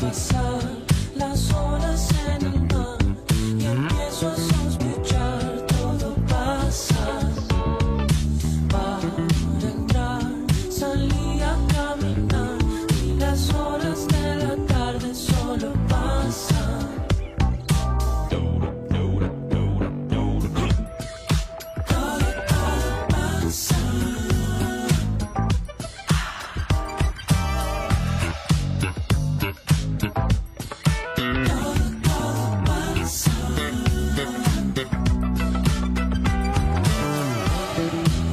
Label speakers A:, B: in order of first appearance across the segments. A: Pasar las horas en el mar y empiezo a sospechar todo pasa para entrar, salí a caminar y las horas de la tarde solo pasan. Todo pasa.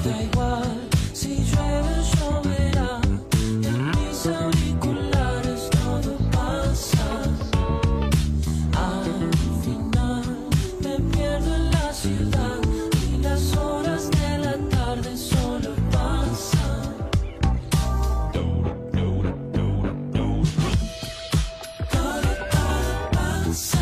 A: Da igual si llueve o lloverá, en mis auriculares todo pasa. Al final me pierdo en la ciudad y las horas de la tarde solo pasan. Todo pasa.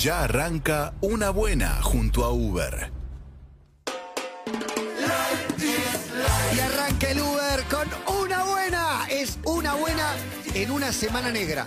B: Ya arranca una buena junto a Uber.
C: Y arranca el Uber con una buena. Es una buena en una semana negra.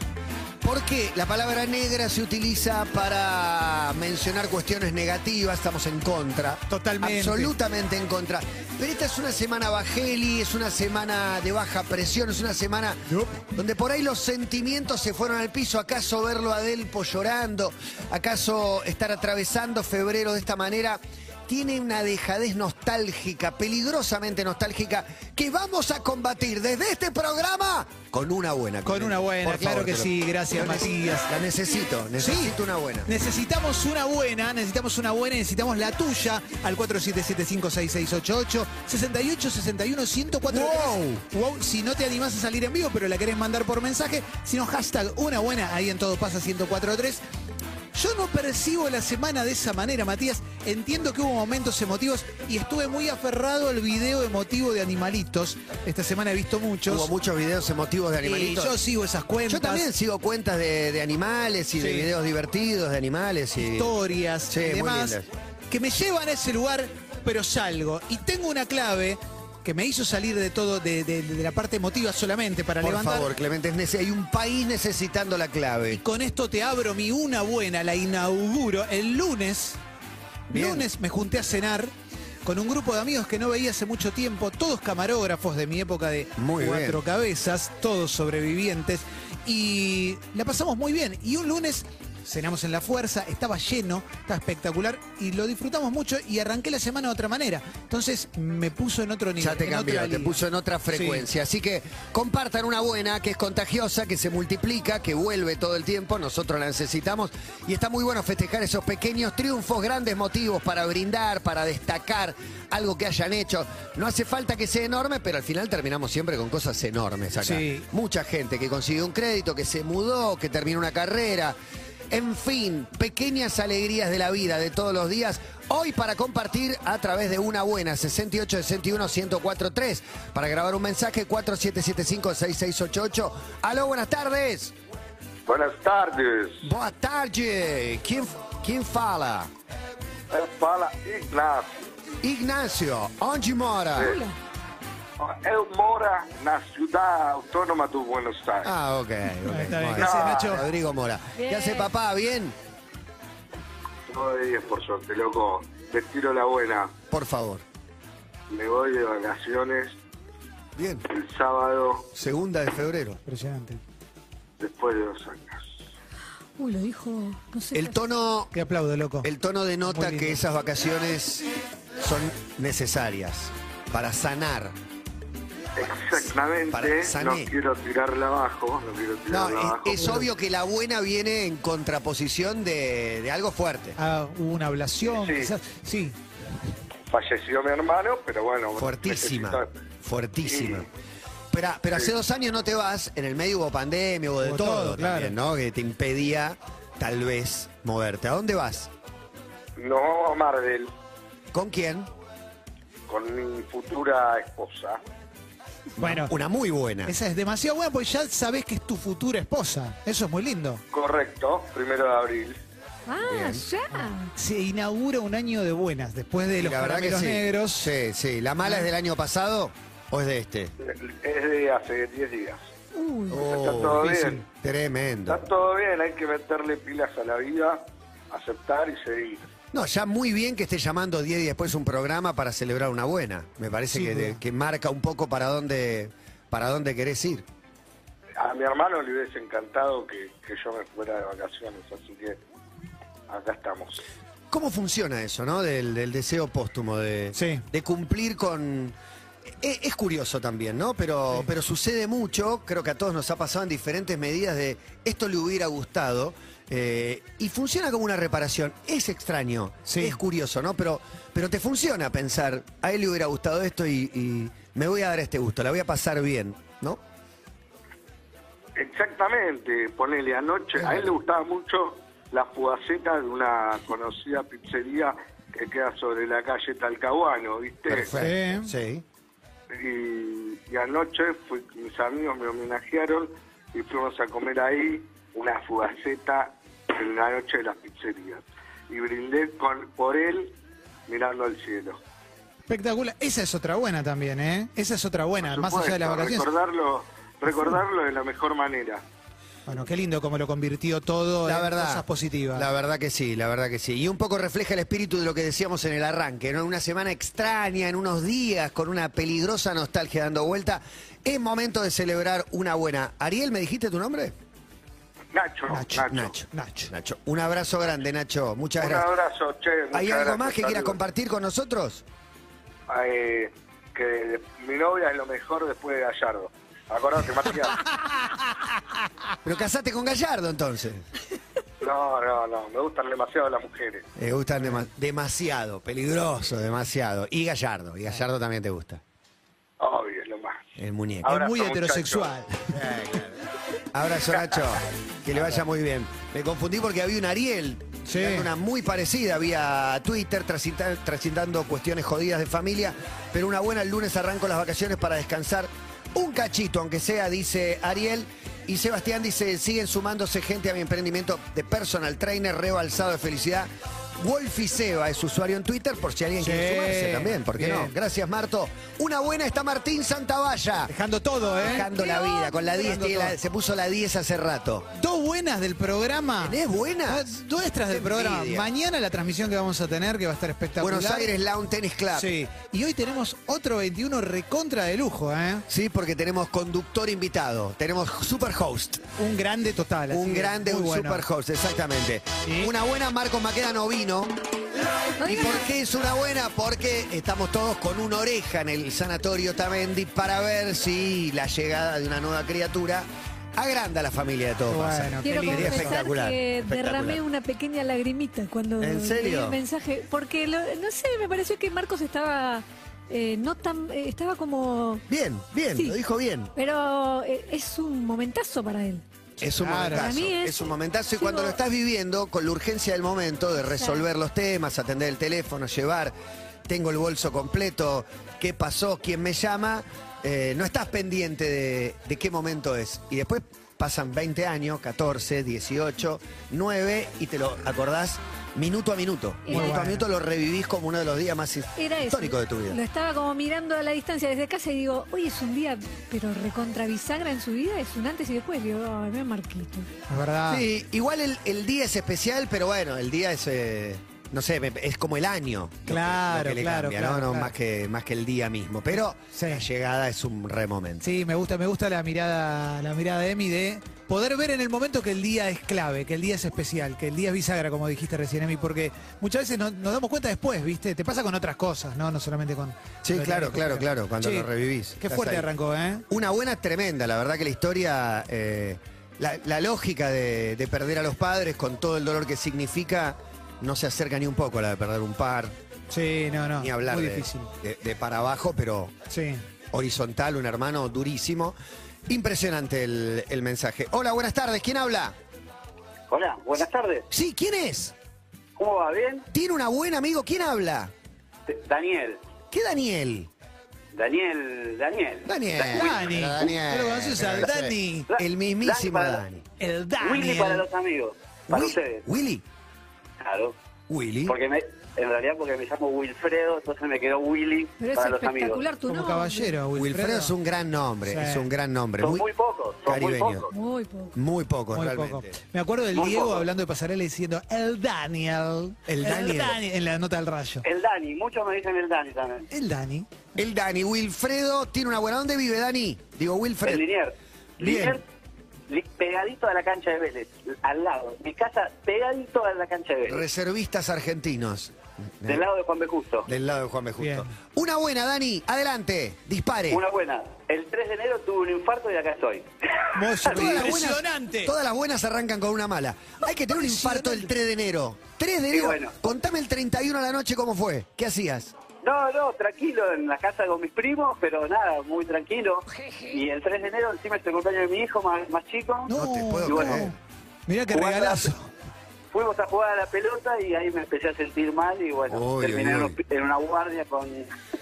C: Porque la palabra negra se utiliza para mencionar cuestiones negativas, estamos en contra.
D: Totalmente.
C: Absolutamente en contra. Pero esta es una semana bajeli, es una semana de baja presión, es una semana
D: Yup.
C: donde por ahí los sentimientos se fueron al piso. ¿Acaso verlo a Delpo llorando? ¿Acaso estar atravesando febrero de esta manera? Tiene una dejadez nostálgica, peligrosamente nostálgica, que vamos a combatir desde este programa con una buena.
D: Con una buena,
C: Por
D: claro
C: favor,
D: que
C: te lo-
D: sí, gracias,
C: lo neces-
D: Matías.
C: La necesito, necesito una buena.
D: Necesitamos una buena, necesitamos una buena, y necesitamos la tuya al 47756688 68 61 104.
C: Wow.
D: Wow, si no te animás a salir en vivo, pero la querés mandar por mensaje, sino hashtag una buena ahí en todo pasa 1043. Yo no percibo la semana de esa manera, Matías. Entiendo que hubo momentos emotivos y estuve muy aferrado al video emotivo de animalitos. Esta semana he visto muchos.
C: Hubo muchos videos emotivos de
D: y
C: animalitos.
D: yo sigo esas cuentas.
C: Yo también sigo cuentas de, de animales y de
D: Sí.
C: videos divertidos de animales y
D: historias
C: Sí,
D: y
C: muy
D: demás
C: lindas.
D: que me llevan a ese lugar, pero salgo. Y tengo una clave que me hizo salir de todo, de, de- de la parte emotiva solamente para
C: Por
D: levantar.
C: favor, Clemente, es nece- hay un país necesitando la clave.
D: Con esto te abro mi una buena, la inauguro. El lunes,
C: Bien.
D: lunes me junté a cenar con un grupo de amigos que no veía hace mucho tiempo, todos camarógrafos de mi época de
C: Muy
D: cuatro
C: bien.
D: cabezas, todos sobrevivientes. Y la pasamos muy bien. Y un lunes cenamos en La Fuerza, estaba lleno, estaba espectacular y lo disfrutamos mucho y arranqué la semana de otra manera. Entonces me puso en otro nivel.
C: Ya te
D: en otra
C: cambió, te
D: liga.
C: puso en otra
D: Sí.
C: frecuencia. Así que compartan una buena que es contagiosa, que se multiplica, que vuelve todo el tiempo. Nosotros la necesitamos. Y está muy bueno festejar esos pequeños triunfos, grandes motivos para brindar, para destacar algo que hayan hecho. No hace falta que sea enorme, pero al final terminamos siempre con cosas enormes acá.
D: Sí.
C: Mucha gente que consiguió un crédito, que se mudó, que terminó una carrera. En fin, pequeñas alegrías de la vida de todos los días. Hoy para compartir a través de una buena 68 61 1043 para grabar un mensaje 4775 6688. Aló, buenas tardes.
E: Buenas tardes.
C: Boa tarde. ¿Quién quién fala?
E: Eh, Fala Ignacio.
C: Ignacio, ¿dónde mora?
E: Eu moro na cidade autônoma do Buenos Aires.
C: Ah, ok. ok.
D: Está bien.
C: Bueno, ah,
D: ¿Qué haces, Nacho?
C: Rodrigo Mora. ¿Qué hace papá? ¿Bien?
E: Todo bien, por suerte, loco. Te tiro la buena.
C: Por favor.
E: Me voy de vacaciones
C: Bien.
E: el sábado
C: Segunda de febrero.
D: Impresionante.
E: después de dos años.
A: Uy, lo dijo, no sé.
C: El tono
D: Que aplaudo, loco.
C: El tono denota
D: Muy lindo.
C: que esas vacaciones son necesarias para sanar. Para-
E: Exactamente. No
C: sané.
E: quiero tirarla abajo. No quiero
C: No,
E: tirarla
C: es,
E: abajo.
C: es obvio que la buena viene en contraposición de, de algo fuerte.
D: Ah, hubo una ablación,
E: Sí.
D: quizás. Sí,
E: Falleció mi hermano, pero bueno.
C: Fuertísima.
E: necesito-
C: Fuertísima.
E: Sí.
C: Pero, pero hace dos años no te vas, en el medio hubo pandemia, hubo de
D: Hubo
C: todo,
D: todo, claro.
C: también, ¿no? Que te impedía tal vez moverte. ¿A dónde vas?
E: Nos vamos a Mar del
C: ¿Con quién?
E: con mi futura esposa.
D: Bueno,
C: Una muy buena.
D: esa es demasiado buena porque ya sabés que es tu futura esposa. Eso es muy lindo.
E: Correcto, primero de abril.
F: Ah, ya.
D: Se inaugura un año de buenas después de
C: Y
D: los
C: la verdad que
D: caramelos
C: sí.
D: negros. Ah.
C: Sí, sí. ¿La mala es del año pasado o es de este?
E: Es de hace 10 días.
F: Uy.
C: Oh,
E: Está todo
D: difícil.
E: bien.
C: Tremendo.
E: Está todo bien, hay que meterle pilas a la vida, aceptar y seguir.
C: No, ya muy bien que esté llamando 10 y después un programa para celebrar una buena. Me parece
D: Sin
C: que, de-
D: duda.
C: que marca un poco para dónde, para dónde querés ir.
E: A mi hermano le hubiese encantado que, que yo me fuera de vacaciones, así que acá estamos.
C: ¿Cómo funciona eso, no? Del, del deseo póstumo de,
D: Sí.
C: de cumplir con. e- Es, curioso también, ¿no? Pero, pero sucede mucho, creo que a todos nos ha pasado en diferentes medidas de esto le hubiera gustado. eh, y funciona como una reparación. Es extraño,
D: Sí.
C: es curioso, ¿no? Pero, pero te funciona pensar, a él le hubiera gustado esto y, y me voy a dar este gusto, la voy a pasar bien, ¿no?
E: Exactamente, ponele anoche, a él le gustaba mucho la fugaceta de una conocida pizzería que queda sobre la calle Talcahuano, ¿viste?
C: Sí.
E: Y, y anoche fui- mis amigos me homenajearon y fuimos a comer ahí una fugaceta en la noche de las pizzerías. Y brindé con, por él mirando al cielo.
D: Espectacular. Esa es otra buena también, ¿eh? Esa es otra
C: Ah,
D: buena,
E: Por
D: más allá de las
E: supuesto,
D: vacaciones.
E: Recordarlo, recordarlo de la mejor manera.
D: Bueno, qué lindo cómo lo convirtió todo
C: La
D: en
C: verdad.
D: cosas positivas.
C: La verdad que sí, la verdad que sí. Y un poco refleja el espíritu de lo que decíamos en el arranque, ¿no? En una semana extraña, en unos días, con una peligrosa nostalgia dando vuelta. Es momento de celebrar una buena. Ariel, ¿me dijiste tu nombre?
E: Nacho, Nacho.
D: Nacho.
C: Nacho. Un abrazo grande, Nacho. Muchas
E: Un
C: gracias.
E: abrazo, che. muchas
C: ¿Hay algo
E: gracias,
C: más que quieras
E: saludos.
C: compartir con nosotros?
E: Eh, que mi novia es lo mejor después de Gallardo. Acordate, Matías.
C: Pero casate con Gallardo entonces.
E: No, no, no. Me gustan demasiado las mujeres.
C: Te Eh, gustan dema- demasiado, peligroso, demasiado. Y Gallardo, y Gallardo también te gusta.
E: Obvio, es lo más.
C: El muñeco.
E: Abrazo,
D: es muy
E: muchachos.
D: heterosexual.
C: Abrazo, Nacho. Que le vaya muy bien. Me confundí porque había un Ariel.
D: Sí.
C: dando Una muy parecida vía Twitter, transita- transitando cuestiones jodidas de familia. Pero una buena, el lunes arranco las vacaciones para descansar un cachito, aunque sea, dice Ariel. Y Sebastián dice, siguen sumándose gente a mi emprendimiento de personal trainer rebalsado de felicidad. Wolfi Seba es usuario en Twitter, por si alguien
D: Sí.
C: quiere sumarse también, ¿por qué no?
D: Bien.
C: Gracias, Marto. Una buena está Martín Santavalla.
D: Dejando todo, ¿eh?
C: Dejando la vida, con la 10,
D: Dejando
C: tiene la-
D: todo.
C: se puso la 10 hace rato.
D: Dos buenas del programa.
C: ¿Tenés buenas?
D: Dos- Nuestras del
C: Qué
D: programa.
C: envidia.
D: Mañana la transmisión que vamos a tener, que va a estar espectacular.
C: Buenos Aires Lawn Tennis Club.
D: Sí. Y hoy tenemos otro 21 recontra de lujo, ¿eh?
C: Sí, porque tenemos conductor invitado, tenemos super host,
D: Un grande total. así
C: un
D: que
C: grande,
D: muy
C: un
D: bueno.
C: super host, exactamente.
D: ¿Y?
C: Una buena, Marcos Maqueda no vino. ¿Y
F: Oigan,
C: por qué es una buena? Porque estamos todos con una oreja en el sanatorio Tamendi para ver si la llegada de una nueva criatura agranda a la familia de todos.
D: Bueno,
C: Pasa.
F: Quiero
D: Qué lindo.
F: confesar
C: espectacular,
F: que
C: espectacular.
F: derramé una pequeña lagrimita cuando
C: ¿En
F: leí
C: serio?
F: el mensaje, porque lo- no sé, me pareció que Marcos estaba eh, no tan, eh, estaba como,
C: Bien, bien,
F: Sí.
C: lo dijo bien.
F: pero eh, es un momentazo para él.
C: Es un
D: Claro.
C: momentazo.
F: Para mí
C: Es,
F: es-
C: un momentazo. Y
F: digo-
C: cuando lo estás viviendo, con la urgencia del momento de resolver los temas, atender el teléfono, llevar, tengo el bolso completo, qué pasó, quién me llama, eh, no estás pendiente de, de qué momento es. Y después pasan 20 años, 14, 18, 9, y te lo acordás minuto a minuto.
F: Muy
C: minuto a
D: bueno.
C: minuto lo revivís como uno de los días más his-
F: Era eso.
C: históricos de tu vida.
F: Lo estaba como mirando a la distancia desde casa y digo, hoy es un día, pero recontra bisagra en su vida, es un antes y después. Digo, ay, me marquito.
D: Es verdad.
C: Sí, igual el, el día es especial, pero bueno, el día es, eh, no sé, me- es como el año. lo que-
D: Claro,
C: lo que le
D: claro,
C: cambia,
D: claro,
C: ¿no? No,
D: claro.
C: Más, que, más que el día mismo. Pero
D: Sí.
C: la llegada es un re momento.
D: Sí, me gusta, me gusta la mirada, la mirada de Emi de poder ver en el momento que el día es clave, que el día es especial, que el día es bisagra, como dijiste recién, Emi, porque muchas veces no- nos damos cuenta después, ¿viste? Te pasa con otras cosas, ¿no? No solamente con.
C: Sí,
D: lo que
C: claro,
D: tenés
C: claro,
D: que hacer.
C: claro, cuando lo revivís,
D: Qué
C: estás
D: fuerte
C: ahí.
D: arrancó, ¿eh?
C: Una buena tremenda, la verdad que la historia, eh, la, la lógica de, de perder a los padres con todo el dolor que significa, no se acerca ni un poco a la de perder un par,
D: Sí, no, no.
C: ni hablar
D: Muy
C: de-
D: difícil.
C: de- de para abajo, pero
D: Sí.
C: horizontal, un hermano durísimo. Impresionante el, el mensaje. Hola, buenas tardes. ¿Quién habla?
G: Hola, buenas tardes.
C: Sí, ¿quién es?
G: ¿Cómo va? ¿Bien?
C: ¿Tiene una buena amigo? ¿Quién habla?
G: T- Daniel.
C: ¿Qué Daniel?
G: Daniel, Daniel.
C: Daniel.
D: Dani.
C: Pero Daniel,
D: ¿No lo conoces al
C: pero ese-
D: Dani?
C: El mismísimo
G: Dani para-
C: Dani.
D: El
G: Willy para los amigos. Para
C: Wi-
G: ustedes.
C: Willy.
G: Claro.
C: Willy.
G: Porque me, en realidad porque me llamo Wilfredo, entonces me quedó Willy
F: Pero es
G: para los
F: espectacular
G: amigos.
F: tu
D: Como
F: nombre.
D: caballero, Wilfredo.
C: Wilfredo es un gran nombre,
D: Sí.
C: es un gran nombre.
G: Son
C: Muy,
G: muy, pocos, son muy
C: caribeño.
G: pocos.
F: Muy poco.
C: muy poco,
D: Muy
C: pues, realmente.
D: poco. Me acuerdo del
G: Muy
D: Diego
G: poco.
D: hablando de pasarela y diciendo el Daniel.
C: El Daniel.
D: Dani- en la nota del rayo.
G: El Dani, muchos me dicen el Dani también.
D: El Dani.
C: El Dani, Wilfredo tiene una buena. ¿Dónde vive Dani? Digo, Wilfredo.
G: El Linier.
C: Bien.
G: Linier, li- pegadito a la cancha de Vélez, al lado. Mi casa pegadito a la cancha de Vélez.
C: Reservistas argentinos.
G: Del lado de Juan B. Justo.
C: Del lado de Juan B. Justo.
D: Bien.
C: Una buena, Dani. Adelante. Dispare.
G: Una buena. El 3 de enero tuve un infarto y acá estoy.
C: Todas las buenas- todas las buenas arrancan con una mala. Hay que tener un infarto el 3 de enero. 3 de enero.
G: bueno.
C: Contame el 31 a la noche cómo fue. ¿Qué hacías?
G: No, no, tranquilo, en la casa con mis primos, pero nada, muy tranquilo. Y el 3 de enero encima es el cumpleaños de mi hijo más, más chico.
C: No te puedo
G: Y bueno,
C: creer.
D: Mirá qué
G: Jugando
D: regalazo.
G: Fuimos a jugar a la pelota y ahí me empecé a sentir mal y bueno,
C: Uy,
G: terminé
C: uy,
G: en
C: uy.
G: un- en una guardia con,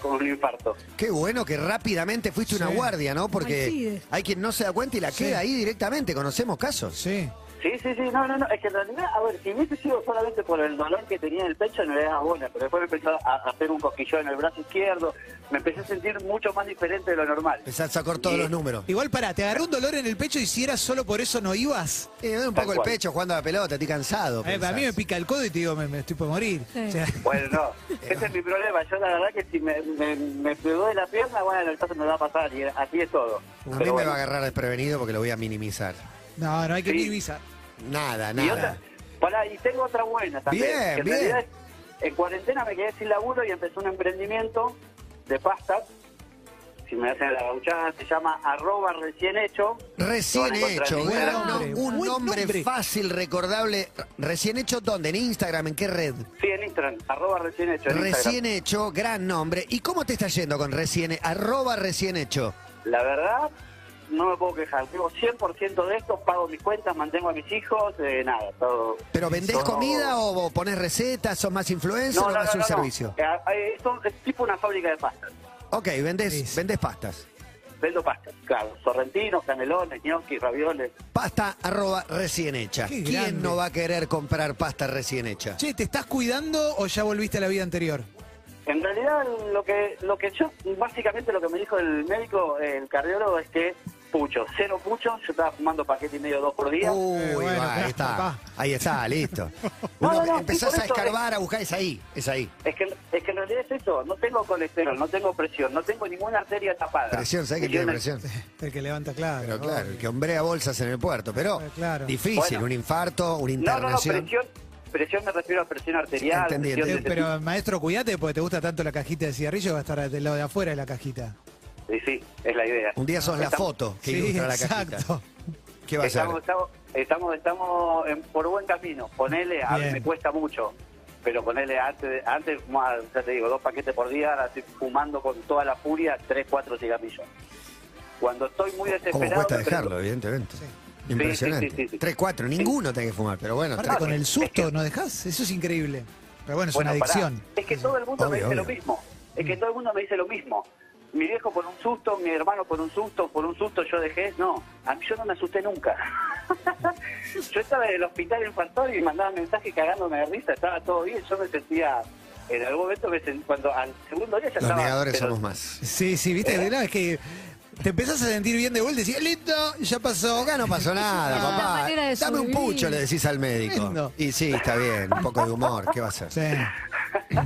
G: con un infarto.
C: Qué bueno que rápidamente fuiste una guardia, ¿no? Porque
F: Alcides.
C: hay quien no se da cuenta y la
D: Sí.
C: queda ahí directamente. Conocemos casos.
D: Sí.
G: Sí, sí, sí, no, no, no, es que en realidad, a ver, si hubiese sido solamente por el dolor que tenía en el pecho, no le daba bola, pero después me empezó a a hacer un cosquillón en el brazo izquierdo, me empecé a sentir mucho más diferente de lo normal.
C: Empezás a sacar todos
G: Sí.
C: los números.
D: Igual pará, te agarró un dolor en el pecho y si era solo por eso no ibas.
C: Eh, me duele un
G: Tal
C: poco el
G: cual.
C: pecho jugando a la pelota, estoy cansado.
D: Eh,
C: pensás.
D: a mí me pica el codo y te digo, me, me estoy por morir.
F: Sí.
D: O sea,
G: Bueno, no, ese es mi problema. Yo la verdad que si me, me, me pegó de la pierna, bueno, entonces me va a pasar y así es todo.
C: A mí
G: Pero
C: me
G: bueno.
C: va a agarrar desprevenido porque lo voy a minimizar.
D: no, no hay que
G: Sí.
D: minimizar.
C: Nada,
G: Y otra,
C: nada.
G: pará, y tengo otra buena también.
C: Bien,
G: que en
C: bien.
G: realidad en cuarentena me quedé sin laburo y empecé un emprendimiento de pastas. Si me hacen la gauchada, se llama arroba recién hecho.
C: Recién
G: Lo van a encontrar
C: hecho,
G: en
C: gran
G: Instagram.
C: nom-
D: Buen
C: un nombre,
D: nombre.
C: fácil, recordable. Recién hecho, ¿dónde? ¿En Instagram? ¿En qué red?
G: Sí, en Instagram, arroba recién hecho. en Instagram.
C: Recién hecho, gran nombre. ¿Y cómo te está yendo con recién, he- arroba recién hecho?
G: La verdad, no me puedo quejar. Tengo 100% de esto, pago mis cuentas, mantengo a mis hijos, eh, nada, todo.
C: ¿Pero vendés
G: Todo-
C: comida o vos ponés recetas? ¿Sos más influencer o más un servicio?
G: Eh, eh, esto es tipo una fábrica de pastas.
C: Ok, vendés,
D: Sí, sí.
C: vendés pastas.
G: Vendo pastas, claro. Sorrentinos, canelones, gnocchi, ravioles.
C: Pasta arroba recién hecha.
D: Qué
C: ¿Quién
D: grande.
C: no va a querer comprar pasta recién hecha?
D: Che, ¿te estás cuidando o ya volviste a la vida anterior?
G: En realidad, lo que lo que yo, básicamente lo que me dijo el médico, eh, el cardiólogo, es que pucho, cero pucho. Yo estaba fumando paquete y medio, dos por día.
C: Uy,
D: Eh, bueno,
C: va, ahí
D: claro,
C: está.
D: papá.
C: Ahí está, listo.
G: No,
C: Uno
G: no, no,
C: empezás
G: sí, por
C: a
G: eso es-
C: escarbar, a buscar, es ahí, es ahí.
G: Es que, es que en realidad es eso, no tengo colesterol, no tengo presión, no tengo ninguna arteria tapada.
C: Presión, ¿sabes que
G: Me
C: tiene presión?
G: tiene-
D: El que levanta, claro.
C: Pero
D: ¿no?
C: claro, el que hombrea bolsas en el puerto, pero
D: Eh, claro.
C: difícil,
G: Bueno.
C: un infarto, una
G: No, no, no,
C: internación.
G: presión, presión me refiero a presión arterial.
C: Entendí,
G: presión
D: Eh,
C: entendí.
G: de-
D: Pero maestro, cuídate porque te gusta tanto la cajita de cigarrillos, va a estar del lado de afuera de la cajita.
G: Sí, sí, es la idea.
C: Un día sos la
G: Estamos-
C: foto que
D: sí,
C: ilustra la
D: exacto.
C: cajita. ¿Qué va a ser?
G: Estamos, estamos, estamos, estamos en- por buen camino. Ponele, a
D: Bien.
G: me cuesta mucho, pero ponele antes, de- antes fumaba, ya te digo, dos paquetes por día, ahora estoy fumando con toda la furia, tres, cuatro cigarrillos. Cuando estoy muy
C: Como
G: desesperado...
C: cuesta
G: me prendo-
C: dejarlo, evidentemente.
G: Sí,
C: Impresionante.
G: sí, sí, sí.
C: Tres, cuatro, ninguno tiene que fumar, pero bueno.
D: Aparte
C: tres-
D: con el
G: Ah, es
D: susto
G: que-
D: no dejás, eso es increíble. Pero bueno, es
G: Bueno,
D: una
G: pará.
D: adicción.
G: Es que todo el mundo me
C: Obvio,
G: dice lo
C: obvio.
G: mismo. Es que todo el mundo me dice lo mismo. Mi viejo por un susto, mi hermano por un susto, por un susto yo dejé. No, a mí yo no me asusté nunca. yo estaba en el hospital infartado y mandaba mensajes cagándome de risa, estaba todo bien. Yo me sentía, en algún momento, me sent- cuando al segundo día ya
C: Los
G: estaba.
C: negadores
G: pero-
C: somos más.
D: Sí, sí, viste,
G: Eh.
D: No, es que te empezás a sentir bien de vuelta y decís, listo, ya pasó.
C: Acá no pasó nada,
D: Ah,
F: la manera
C: papá.
F: de
C: Dame un
F: sobrevivir.
C: pucho, le decís al médico.
D: Tremendo.
C: Y sí, está bien, un poco de humor, ¿qué va a ser?
D: Sí.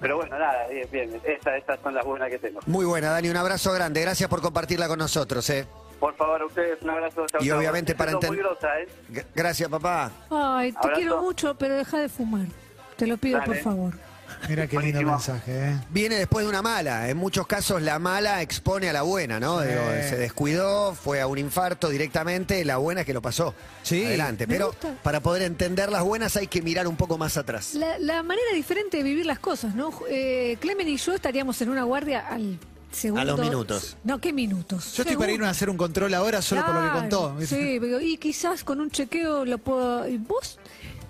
G: Pero bueno, nada, bien, bien. Esa- estas son las buenas que tengo.
C: Muy buena, Dani, un abrazo grande. Gracias por compartirla con nosotros, ¿eh?
G: Por favor, a ustedes un abrazo. chau,
C: Y
G: chau.
C: obviamente para
G: Son muy
C: enten-
G: grosas, ¿eh?
C: G- Gracias, papá.
F: Ay, te
G: Abrazo.
F: quiero mucho, pero deja de fumar. Te lo pido,
G: Dale.
F: por favor.
D: Mira qué lindo
G: Buenísimo.
D: mensaje, ¿eh?
C: Viene después de una mala. En muchos casos la mala expone a la buena, ¿no?
D: Sí.
C: Digo, se descuidó, fue a un infarto directamente. La buena es que lo pasó.
D: Sí.
C: Adelante.
F: Me
C: Pero
F: gusta.
C: para poder entender las buenas hay que mirar un poco más atrás.
F: La, la manera diferente de vivir las cosas, ¿no? Eh, Clemen y yo estaríamos en una guardia al segundo.
C: A los minutos.
F: No, ¿qué minutos?
D: Yo estoy para irme a hacer un control ahora solo por lo que
F: Claro,
D: contó.
F: Sí, pero y quizás con un chequeo lo puedo. y vos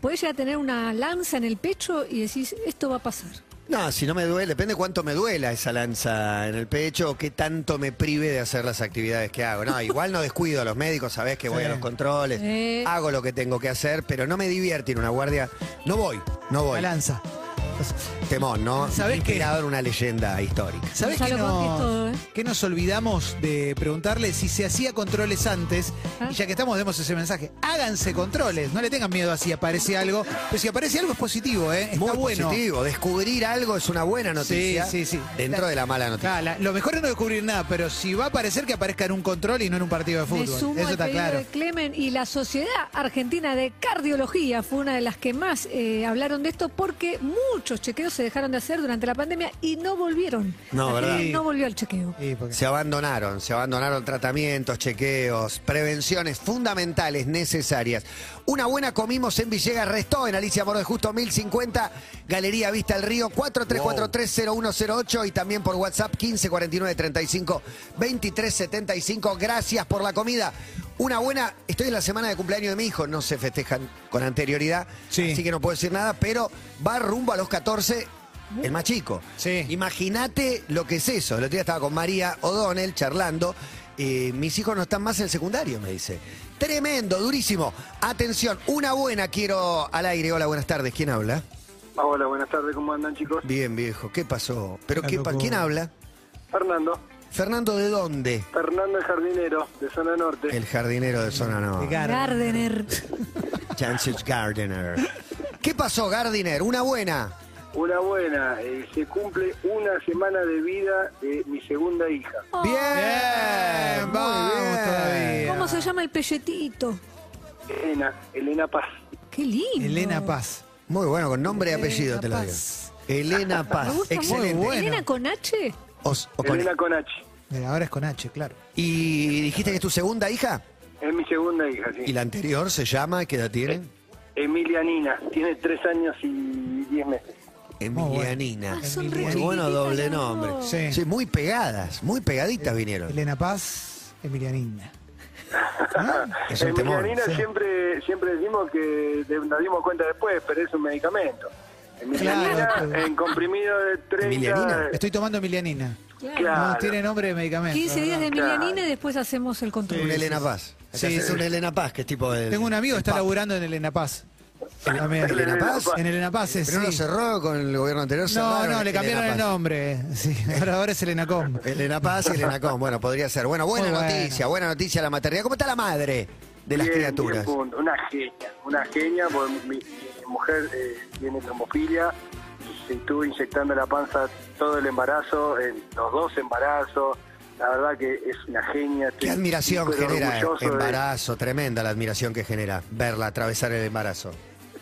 F: podés llegar a tener una lanza en el pecho y decís, esto va a pasar.
C: No, si no me duele, depende cuánto me duela esa lanza en el pecho o qué tanto me prive de hacer las actividades que hago. No, igual no descuido a los médicos, sabés que voy
D: Sí.
C: a los controles,
F: Sí.
C: hago lo que tengo que hacer, pero no me divierte ir a una guardia. No voy, no voy.
D: La lanza.
C: Temón, ¿no?
D: ¿Sabés qué?
C: Inspirado en una leyenda histórica.
D: ¿Sabés
F: Ya
D: qué
F: lo conté
D: nos,
F: todo, ¿eh?
D: qué nos olvidamos de preguntarle si se hacía controles antes?
F: Ah.
D: Y ya que estamos, demos ese mensaje. Háganse controles, no le tengan miedo a si aparece algo. Pero si aparece algo es positivo, ¿eh? Está
C: Muy
D: bueno.
C: positivo. Descubrir algo es una buena noticia.
D: sí, sí.
C: Dentro
D: La-
C: de la mala noticia.
D: Claro, la- lo mejor es no descubrir nada, pero si va a aparecer que aparezca en un control y no en un partido de
F: Me
D: fútbol.
F: sumo
D: Eso
F: al
D: está
F: pedido
D: claro.
F: de Clemen y la Sociedad Argentina de Cardiología fue una de las que más eh, hablaron de esto porque muchos chequeos se dejaron de hacer durante la pandemia y no volvieron.
C: No,
F: La
C: ¿verdad?
F: gente No volvió al chequeo.
D: Sí, porque-
C: Se abandonaron, se abandonaron tratamientos, chequeos, prevenciones fundamentales, necesarias. Una buena comimos en Villegas Restó, en Alicia Moro de Justo 1050, Galería Vista al Río 43430108 y también por WhatsApp 1549352375. Gracias por la comida. Una buena, estoy en la semana de cumpleaños de mi hijo, no se festejan con anterioridad,
D: Sí.
C: así que no puedo decir nada, pero va rumbo a los 14, el más chico.
D: Sí.
C: Imagínate lo que es eso. El otro día estaba con María O'Donnell charlando. eh, mis hijos no están más en el secundario, me dice. Tremendo, durísimo. Atención, una buena quiero al aire. Hola, buenas tardes. ¿Quién habla?
H: Ah, hola, buenas tardes, ¿cómo andan chicos?
C: Bien, viejo. ¿Qué pasó? ¿Pero qué
D: Ando
C: pa-
D: con-
C: quién habla?
H: Fernando,
C: Fernando, ¿de dónde?
H: Fernando el jardinero de zona norte.
C: El jardinero de zona
D: de
C: norte.
D: Garden.
F: Gardener.
C: Chances Gardiner. ¿Qué pasó, Gardiner? Una buena.
H: Una buena, eh, se cumple una semana de vida de mi segunda hija.
C: Bien,
D: Oh. Bien, vamos
C: muy bien.
D: todavía.
F: ¿Cómo se llama el pelletito?
H: Elena, Elena Paz.
F: Qué lindo.
D: Elena Paz.
C: Muy bueno, con nombre y apellido
F: Elena
C: te lo digo.
F: Paz.
C: Elena Paz.
F: Me gusta
C: Excelente.
F: mucho.
D: bueno.
F: Elena con H.
C: Os- Eh, o con-
H: Elena con H.
D: Mira, Ahora es con H, claro.
C: ¿Y dijiste que es tu segunda hija?
H: Es mi segunda hija, sí.
C: ¿Y la anterior se llama? ¿Qué edad tiene?
H: Emilia Nina, tiene tres años y diez meses.
C: Emilianina.
F: Ah, son
C: Muy
F: re
C: bueno
F: chiquititas
C: doble
F: las dos.
C: nombre.
D: Sí. Eh,
C: Sí, muy pegadas, muy pegaditas vinieron.
D: Elena Paz, Emilianina.
C: Ah, Es un
H: Emilia
C: temor.
H: Nina siempre, siempre decimos que de- nos dimos cuenta después, pero es un medicamento. Emilia
D: Claro.
H: Nina, en comprimido de 30...
C: Emilia Nina.
D: Estoy tomando Emilianina.
F: Claro.
H: Claro.
D: No, tiene nombre de medicamento.
F: 15
D: ¿verdad?
F: días de Emilianina y después hacemos el control.
C: Una Elena Paz.
D: Sí,
C: Acá se hace
D: sí.
C: una Elena Paz, que es tipo de.
D: Tengo un amigo que está laburando en Elena Paz. También.
C: ¿En Elena Paz?
D: En Elena Paz, es,
C: Pero no lo
D: sí.
C: cerró con el gobierno anterior.
D: No,
C: cerraron
D: no, le
C: Elena
D: cambiaron el
C: Paz.
D: nombre. Sí, ahora, ahora es Elena Com.
C: Elena Paz y Elena Com. Bueno, podría ser. Bueno, buena
D: Muy buena.
C: noticia, buena noticia la maternidad. ¿Cómo está la madre de las
H: Bien,
C: criaturas?
H: bien, punto. una genia, una genia, porque mi, mi mujer eh, tiene trombofilia y se estuvo inyectando la panza todo el embarazo, en los dos embarazos. La verdad que es una genia.
C: Qué
H: estoy
C: admiración
H: súper
C: genera
H: orgulloso de-
C: embarazo, tremenda la admiración que genera verla atravesar el embarazo.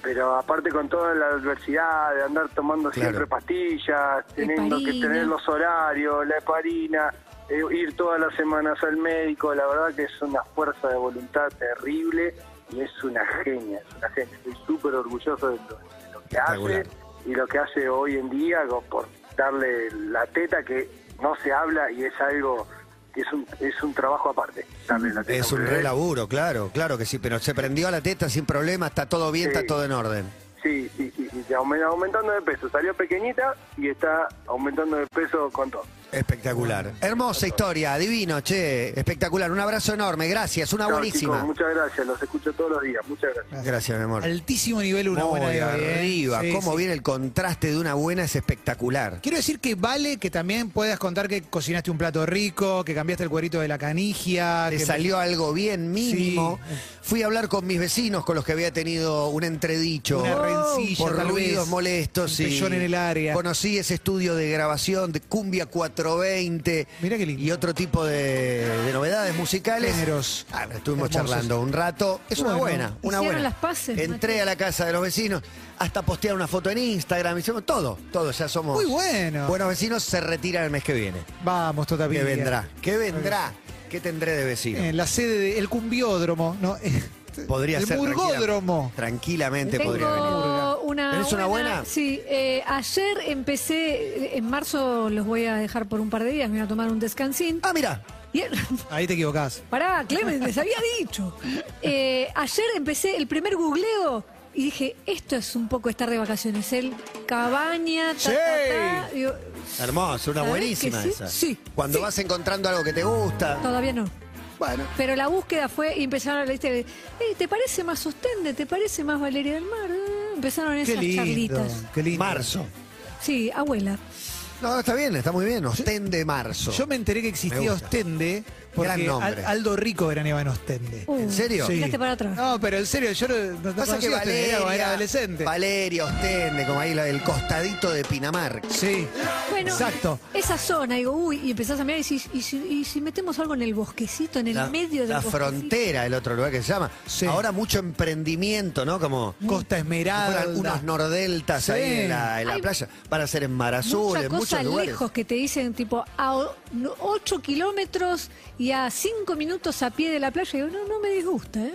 H: pero aparte con toda la adversidad de andar tomando
C: Claro.
H: siempre pastillas, teniendo que
F: Heparina.
H: tener los horarios, la heparina, eh, ir todas las semanas al médico, la verdad que es una fuerza de voluntad terrible y es una genia, es una genia. Estoy súper orgulloso de lo, de lo que hace
C: Espectacular.
H: y lo que hace hoy en día co- por darle la teta que no se habla y es algo que es un, es un trabajo aparte. Darle la teta a
C: Es un
H: bebé.
C: re laburo, claro, claro que sí, pero se prendió a la teta sin problema, está todo bien,
H: Sí.
C: está todo en orden.
H: Sí, sí, sí, sí, sí, aumen- aumentando de peso. Salió pequeñita y está aumentando de peso con todo.
C: Espectacular. Hermosa historia, divino, che, espectacular. Un abrazo enorme, gracias, una
H: Chao,
C: buenísima.
H: chicos, muchas gracias, los escucho todos los días. Muchas gracias.
C: Gracias, mi amor.
D: Altísimo nivel una
C: Muy
D: buena de hoy, ¿eh?
C: arriba,
D: Sí,
C: cómo
D: sí.
C: viene el contraste de una buena es espectacular.
D: Quiero decir que vale que también puedas contar que cocinaste un plato rico, que cambiaste el cuerito de la canigia.
C: Te
D: que
C: salió algo bien mínimo.
D: Sí.
C: Fui a hablar con mis vecinos con los que había tenido un entredicho.
D: Una rencilla,
C: por
D: tal
C: ruidos
D: vez.
C: molestos.
D: Un
C: y
D: pellón en el área.
C: Conocí ese estudio de grabación de Cumbia 420.
D: Mirá qué lindo.
C: Y otro tipo de, de novedades musicales.
D: Géneros
C: Ah, estuvimos
D: hermosos.
C: charlando un rato. Es una
D: Bueno.
C: buena, una
F: Hicieron
C: buena.
F: las paces,
C: Entré
F: Mateo.
C: a la casa de los vecinos, hasta postear una foto en Instagram. Hicimos todo, todo. Ya somos
D: Muy bueno.
C: buenos vecinos. Se retiran el mes que viene.
D: Vamos, Tota todavía.
C: ¿Qué vendrá? ¿Qué vendrá? ¿Qué tendré de vecino?
D: En la sede del Cumbiódromo. No,
C: Podría
D: el
C: ser.
D: Burgódromo.
C: tranquila- Tranquilamente
F: Tengo
C: podría venir.
F: una
C: ¿Tenés una buena?
F: Sí, eh, ayer empecé, eh, en marzo los voy a dejar por un par de días, me voy a tomar un descansín.
C: Ah, mira.
F: Y el-
D: Ahí te equivocás.
F: Pará, Clemen, les había dicho. Eh, ayer empecé el primer googleo Y dije, esto es un poco estar de vacaciones. El cabaña, ta, ta, ta. Digo,
I: Hermoso, una
F: ¿sabés
I: buenísima
F: que sí?
I: esa.
F: Sí.
C: Cuando
F: sí.
C: vas encontrando algo que te gusta.
F: Todavía no.
C: Bueno,
F: Pero la búsqueda fue, y empezaron a ¿viste? "Eh, ¿te parece más sustente? ¿Te parece más Valeria del Mar? Eh, Empezaron
D: Qué
F: esas
D: lindo,
F: charlitas.
D: qué lindo.
I: Marzo.
F: Sí, abuela.
C: no, está bien, está muy bien. Ostende de marzo.
D: Yo me enteré que existía
C: Me gusta.
D: Ostende porque
C: Gran nombre.
D: Al- Aldo Rico veraneaba en Ostende.
F: Uh,
C: ¿En serio?
D: Sí.
F: Miraste para atrás.
D: No, pero en serio, yo no, no
C: Pasa que
D: conocía Ostende,
C: Valeria,
D: era, era adolescente.
C: Valeria Ostende, como ahí la del costadito de Pinamar.
D: Sí.
F: Bueno,
D: Exacto.
F: esa zona, digo, uy, y empezás a mirar y si, y si, y si metemos algo en el bosquecito, en el
C: La,
F: medio del
C: la
F: bosquecito?
C: frontera, el otro lugar que se llama.
D: Sí.
C: Ahora mucho emprendimiento, ¿no? Como
D: Costa Esmeralda.
C: fueran unos nordeltas
D: Sí.
C: ahí en la, en la
F: Hay
C: playa. Para hacer en Mar Azul,
F: Mucha
C: en
F: cosa
C: muchos lugares.
F: lejos que te dicen tipo a 8 kilómetros y a 5 minutos a pie de la playa. Digo, no, no me disgusta, ¿eh?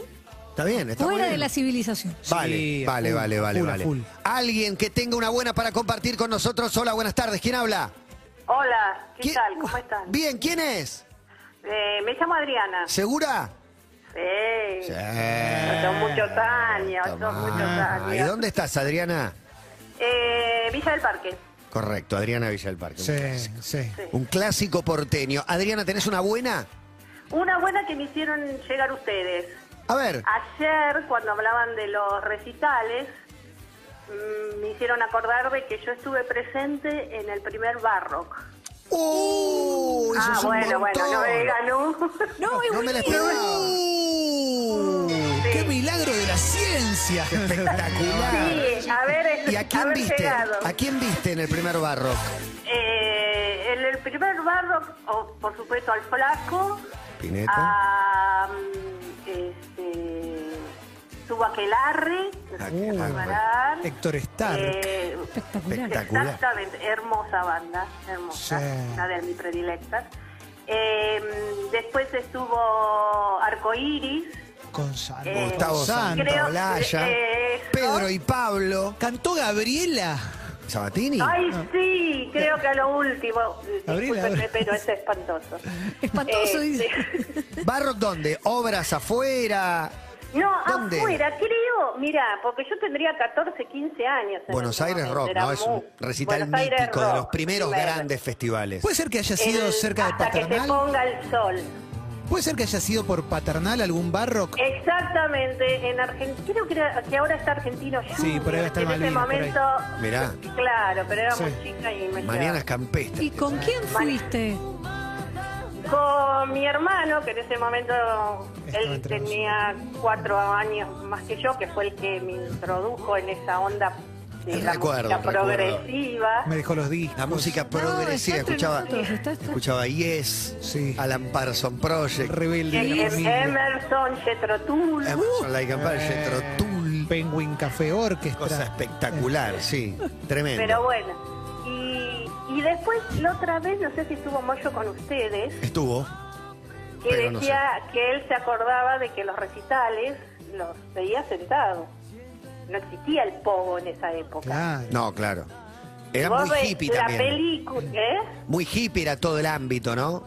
C: Está bien, está muy
F: Fuera de
C: bien.
F: la civilización.
C: Vale,
D: Sí, a
C: vale,
D: full,
C: vale,
D: a
C: vale,
D: full, a
C: vale.
D: full.
C: Alguien que tenga una buena para compartir con nosotros. Hola, buenas tardes. ¿Quién habla?
J: Hola, ¿qué
C: ¿Quién-
J: tal? ¿Cómo están?
C: Bien, ¿quién es?
J: Eh, me llamo Adriana.
C: ¿Segura?
J: Sí. Son
C: Son
J: muchos años, son muchos
C: Ah, ¿Y
J: años.
C: dónde estás, Adriana?
J: Eh, Villa del Parque.
C: Correcto, Adriana Villa del Parque. Un
D: Sí,
C: clásico.
D: sí.
C: Un clásico porteño. Adriana, ¿tenés una buena?
J: Una buena que me hicieron llegar ustedes.
C: A ver,
J: Ayer, cuando hablaban de los recitales, mm, me hicieron acordar de que yo estuve presente en el primer Barrock.
C: ¡Uh! Eso
J: ah,
C: es un
J: bueno, bueno,
C: montón.
J: no me digan, no.
F: No, es
C: No me la
F: buenísimo.
C: esperaba.
D: ¡Uh! ¡Qué milagro de la ciencia!
C: Espectacular.
J: Sí, a ver,
C: ¿Y a quién
J: haber
C: viste?
J: llegado.
C: ¿A quién viste en el primer barro?
J: Eh, en el primer barro, o, por supuesto, al flaco,
C: Pineta.
J: a mm, este, Tubaquelarre,
C: Ah,
J: no sé si
C: ah,
J: parar,
D: Héctor Stark.
J: eh,
F: Espectacular.
C: Espectacular.
J: Exactamente, hermosa banda, hermosa,
D: Sí.
J: una de mis predilectas. Eh, mm, después estuvo Arcoiris,
D: Con San-
J: Eh,
C: Gustavo Santos,
J: creo-
C: Olaya,
J: eh, eso.
C: Pedro y Pablo.
D: ¿Cantó Gabriela?
C: ¿Sabatini?
J: Ay, sí, creo que a lo último.
D: Gabriela,
J: Discúlpenme, pero es espantoso.
F: Espantoso, dice.
J: Este,
C: ¿Barrock dónde? ¿Obras afuera?
J: No,
C: ¿Dónde?
J: afuera, creo, mira, porque yo tendría 14, 15 años. en
C: Buenos
J: ese
C: Aires
J: momento,
C: Rock,
J: era
C: ¿no? Es un
J: muy-
C: recital
J: Buenos Aires
C: mítico de
J: Rock,
C: los primeros
J: primero.
C: grandes festivales.
D: ¿Puede ser que haya
J: El-
D: sido cerca de
J: Hasta que se
D: Paternal?
J: ponga el sol.
D: ¿Puede ser que haya sido por Paternal algún Barrock?
J: Exactamente, en Argentina, creo que, era- que ahora está Argentino Junior,
D: Sí, por ahí va a estar
J: En ese
D: Malvinas, por ahí.
J: momento,
C: Mirá.
J: claro, pero era
D: Sí.
J: muy chica y me
C: Mariana
J: llevaba.
C: Campestre.
F: ¿Y con quién fuiste?
J: Con mi hermano, que en ese momento
D: Estaba
J: él
D: entre nosotros.
J: tenía cuatro años más que yo, que fue el que me introdujo en esa onda de
C: El
J: la
C: recuerdo,
J: música
C: el recuerdo.
J: progresiva.
D: Me dejó los discos.
C: La música progresiva.
F: está entre
C: Escuchaba,
F: nosotros, está- está.
C: escuchaba Yes,
D: Sí.
C: Alan Parson Project,
D: Rebelde.
J: Y
D: de
J: en
D: familia.
J: Emerson, Jethro Tull.
C: Emerson, Lake and Palmer, Jethro Tull.
D: Penguin Café Este. Orchestra.
C: Cosa espectacular, sí. Tremendo.
J: Pero bueno, y, y después la otra vez, no sé si estuvo Moyo con ustedes,
C: Estuvo.
J: que
C: Pero no
J: decía que él se acordaba de que los recitales los veía sentado. No existía el pogo en esa época.
D: Claro.
C: No, claro. Era
J: Vos
C: muy
J: ves
C: hippie
J: la
C: también.
J: película, ¿eh?
C: Muy hippie era todo el ámbito, ¿no?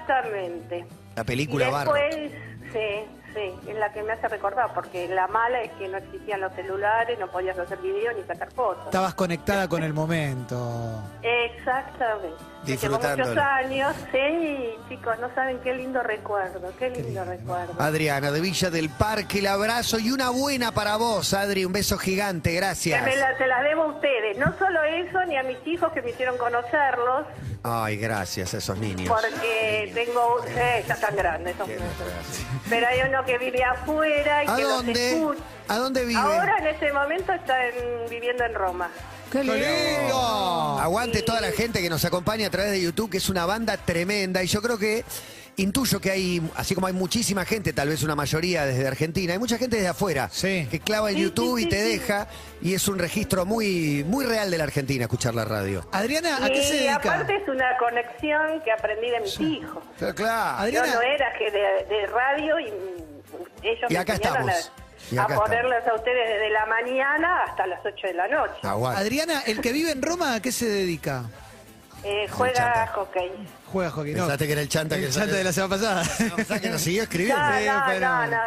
J: Exactamente.
C: La película
J: y
C: barro.
J: después, sí, sí, es la que me hace recordar, porque la mala es que no existían los celulares, no podías hacer video ni sacar fotos.
D: Estabas conectada con el momento.
J: Exactamente. Me llevó
C: Disfrutándolo.
J: muchos años, sí, chicos, no saben qué lindo recuerdo, qué lindo, recuerdo.
C: Adriana de Villa del Parque, el abrazo y una buena para vos, Adri. Un beso gigante,
J: Que
C: gracias.
J: me la- se las debo a ustedes, no solo eso, ni a mis hijos que me hicieron conocerlos,
C: Ay, gracias a esos niños.
J: porque tengo, eh, ya están grandes, son pero hay uno que vive afuera y
C: ¿A
J: que los
C: dónde?
J: escucha.
C: ¿A dónde vive?
J: Ahora en este momento está en- viviendo en Roma.
F: Qué
C: Aguante toda la gente que nos acompaña a través de YouTube, que es una banda tremenda. Y yo creo que intuyo que hay, así como hay muchísima gente, tal vez una mayoría desde Argentina, hay mucha gente desde afuera
D: Sí.
C: que clava el
J: Sí,
C: YouTube
J: sí,
C: y
J: sí,
C: te
J: sí.
C: deja. Y es un registro muy, muy real de la Argentina escuchar la radio.
D: Adriana, ¿a qué se
J: y
D: dedica?
J: aparte es una conexión que aprendí de mis hijos.
C: Pero claro.
D: Adriana.
J: Yo no era que de, de radio y mm, ellos
C: Y
J: me
C: acá
J: enseñaron
C: estamos. Y
J: a,
C: acá
J: a ponerlos a ustedes desde la mañana hasta las 8 de la noche.
C: Aguante.
D: Adriana, el que vive en Roma, ¿a qué se dedica?
J: Eh, juega
C: chanta.
J: hockey.
D: Juega hockey. No.
C: Pensaste que era el chanta que
D: El chanta
C: sale-
D: de la semana pasada.
C: O sea, que nos siguió escribiendo.
J: No,
D: Sí,
J: Ah, no,
D: pero-
J: no, no.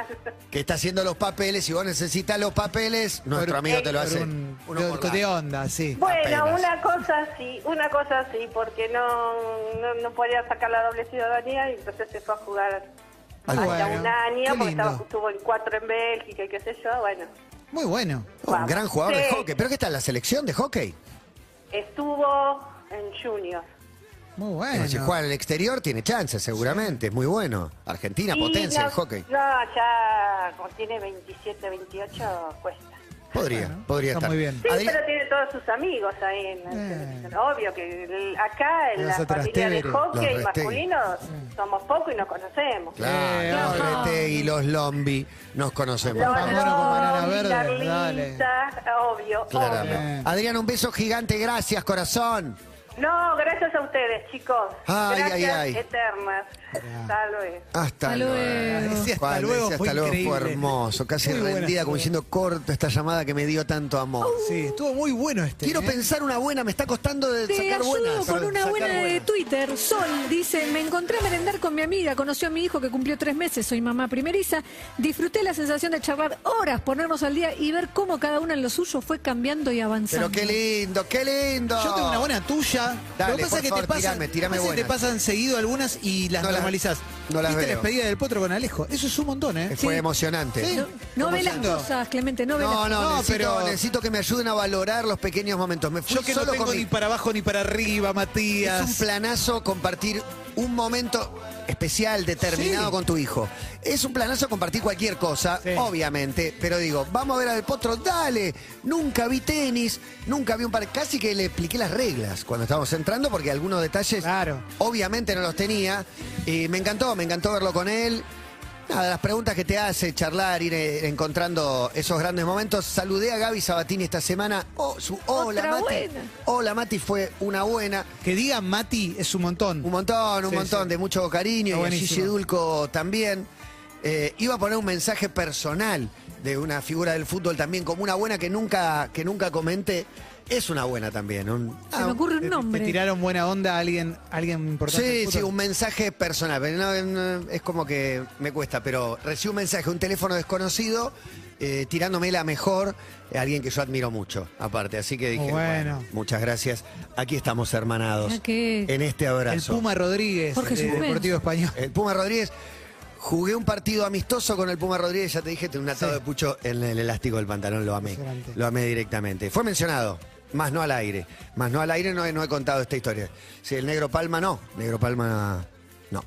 C: Que está haciendo los papeles y vos necesitas los papeles, nuestro
D: Por-
C: amigo te lo
D: por
C: hace.
D: un-
C: Uno
D: de-
C: por la-
D: de onda, sí.
J: Bueno,
C: Apenas.
J: una cosa sí, una cosa sí, porque no, no, no podía sacar la doble ciudadanía y entonces se fue a jugar
D: Ah,
J: hasta
D: bueno,
J: un año,
D: qué
J: porque estaba,
D: lindo.
J: estuvo en cuatro en Bélgica y qué sé yo, bueno.
D: Muy bueno.
C: Un gran jugador de
J: Sí.
C: hockey. ¿Pero qué está? ¿La selección de hockey?
J: Estuvo en Junior.
D: Muy
C: Bueno, si
D: Oh, bueno.
C: juega en el exterior tiene chances, seguramente. Es muy bueno. Argentina,
J: Y
C: potencia
J: no-
C: el hockey.
F: Eh,
J: No, ya cuando tiene 27, 28 cuesta.
C: Podría, podría
D: está
C: estar.
D: muy bien.
J: Sí,
C: Adri-
J: pero tiene todos sus amigos ahí en la
D: Eh.
J: selección. Obvio que el- acá en
D: Los
J: la familia de
D: Atrastegui,
J: hockey
C: los Restegui.
J: masculino somos pocos y nos conocemos.
C: Claro,
F: Eh, ajá.
C: y los Lombi nos conocemos.
J: Los
D: Vamos, vamos con banana
J: Lombi,
D: verde,
J: Carlita, obvio, obvio.
C: Claramente. Adrián, un beso gigante, gracias, corazón.
J: No, gracias a ustedes, chicos.
C: Ay, ay,
J: gracias
C: ay.
J: eternas. Hasta luego.
C: Hasta
F: Hasta
C: luego.
F: luego.
D: Ese hasta
C: Cuando
D: luego
C: ese
D: fue
C: hasta luego fue
D: increíble.
C: hermoso, casi
D: Muy buena
C: rendida, como
D: fue.
C: diciendo corto esta llamada que me dio tanto amor.
D: Sí, estuvo muy bueno este.
C: Quiero
D: ¿eh?
C: pensar una buena, me está costando de
F: Te
C: sacar
F: ayudo
C: buenas.
F: con una
C: Sacar
F: buena de
C: buenas.
F: Twitter. Sol dice, me encontré a merendar con mi amiga, conoció a mi hijo que cumplió tres meses, soy mamá primeriza, disfruté la sensación de charlar horas, ponernos al día y ver cómo cada una en lo suyo fue cambiando y avanzando.
C: Pero qué lindo, qué lindo.
D: Yo tengo una buena tuya.
C: Dale,
D: lo que pasa
C: por
D: es que
C: favor,
D: te pasan,
C: tirame, tirame
D: a veces te
C: buenas.
D: pasan seguido algunas y las
C: No las-
D: normalizás.
C: no las
D: ¿Viste
C: veo.
D: la despedida del potro con Alejo? Eso es un montón, ¿eh?
C: Fue
F: Sí.
C: emocionante.
D: Sí.
F: No, no ve las
D: Emocionante.
F: cosas, Clemente, no ve
C: No,
F: las
C: no,
D: No,
C: necesito,
D: pero-
C: necesito que me ayuden a valorar los pequeños momentos. Me fui
D: Yo que no
C: solo
D: tengo
C: con mi-
D: ni para abajo ni para arriba, Matías.
C: Es un planazo compartir un momento especial, determinado
D: Sí.
C: con tu hijo. Es un planazo compartir cualquier cosa,
D: Sí.
C: obviamente, pero digo, vamos a ver al potro, dale. Nunca vi tenis, nunca vi un par. Casi que le expliqué las reglas cuando estábamos entrando, porque algunos detalles
D: Claro.
C: obviamente no los tenía. Y me encantó, me encantó verlo con él. Nada, las preguntas que te hace, charlar, ir eh, encontrando esos grandes momentos. Saludé a Gaby Sabatini esta semana. Oh, su hola,
F: Otra
C: Mati.
F: buena.
C: Hola, Mati fue una buena.
D: Que diga Mati es un montón.
C: Un montón, un
D: Sí,
C: montón
D: sí.
C: de mucho cariño.
D: Está
C: Y a Gigi
D: buenísimo.
C: Dulco también. Eh, iba a poner un mensaje personal de una figura del fútbol también, como una buena que nunca, que nunca comenté. Es una buena también. un-
F: Se
C: ah,
F: me ocurre
D: Te-
F: un
D: Te,
F: nombre.
D: tiraron buena onda a alguien, alguien importante. del
C: Sí,
D: fútbol.
C: sí, un mensaje personal. pero no, no, es como que me cuesta, pero recibí un mensaje, un teléfono desconocido, eh, tirándome la mejor, eh, alguien que yo admiro mucho, aparte. Así que dije,
D: Bueno.
C: bueno, muchas gracias. Aquí estamos hermanados.
F: Mirá qué-
C: En este
D: El
C: abrazo.
D: Puma Rodríguez,
F: Jorge
D: de
F: Suspenso.
D: Deportivo Español.
C: El Puma Rodríguez. Jugué un partido amistoso con el Puma Rodríguez, ya te dije, tenía un atado de pucho en el elástico del pantalón, lo amé.
D: Impresionante.
C: Lo amé directamente. Fue mencionado, más no al aire. Más no al aire no he, no he contado esta historia. Si el Negro Palma no, Negro Palma no.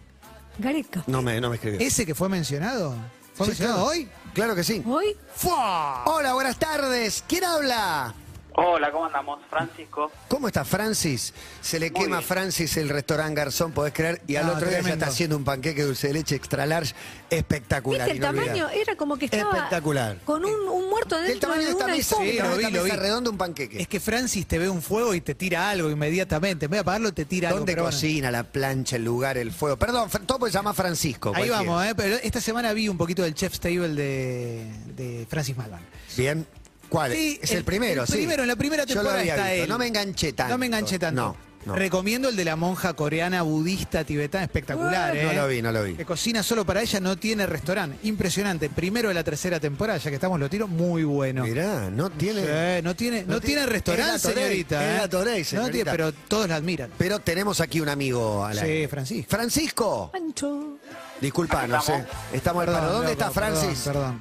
F: Gareca.
C: No me, no me escribió.
D: ¿Ese que fue mencionado? ¿Fue
C: Sí,
D: mencionado
C: claro.
D: hoy?
C: Claro que sí.
F: Hoy,
D: ¡Fua!
C: Hola, buenas tardes. ¿Quién habla?
G: Hola, ¿cómo andamos? Francisco.
C: ¿Cómo está Francis? Se le
G: Muy
C: quema a
G: bien.
C: Francis el restaurante Garzón, podés creer, y al
D: No,
C: otro día ya
D: tremendo.
C: está haciendo un panqueque de dulce de leche extra large espectacular.
F: ¿viste el
C: inolvidable.
F: tamaño? Era como que estaba
C: Espectacular.
F: con un, un muerto
C: Del
F: dentro
C: tamaño de
F: de
C: esta
F: una
C: mesa,
D: Sí,
C: del
F: alfombra.
D: lo
C: tamaño de
D: vi,
C: esta
D: lo
C: mesa
D: vi.
C: redonda un panqueque.
D: Es que Francis te ve un fuego y te tira algo inmediatamente. En vez de apagarlo, te tira algo.
C: ¿Dónde
D: pero bueno.
C: cocina, la plancha, el lugar, el fuego? Perdón, Fra- todo se llama Francisco.
D: Ahí
C: cualquiera.
D: vamos, ¿eh? Pero esta semana vi un poquito del Chef's Table de, de Francis Malvan.
C: Bien. ¿Cuál?
D: Sí,
C: es el, primero,
D: el
C: sí.
D: primero, en la primera
C: Yo lo
D: temporada
C: había
D: está
C: visto.
D: él.
C: No me enganché tanto.
D: No me enganché tanto.
C: No, no.
D: Recomiendo el de la monja coreana budista tibetana, espectacular,
C: Ah, No
D: ¿eh?
C: lo vi, no lo vi.
D: Que cocina solo para ella, no tiene restaurante. Impresionante. Primero de la tercera temporada, ya que estamos lo tiro, muy bueno.
C: Mirá, no tiene...
D: Sí, no tiene, no,
C: no tiene-
D: tiene,
C: es
D: restaurante,
C: la Torey,
D: señorita.
C: es
D: ¿eh?
C: la Torey,
D: No tiene,
C: señorita.
D: pero todos la admiran.
C: Pero tenemos aquí un amigo al
D: Sí,
C: aire.
D: Francisco.
C: Francisco,
F: Pancho.
C: disculpa, no sé. Estamos al paro.
D: loco,
C: ¿Dónde está Francis?
D: Perdón.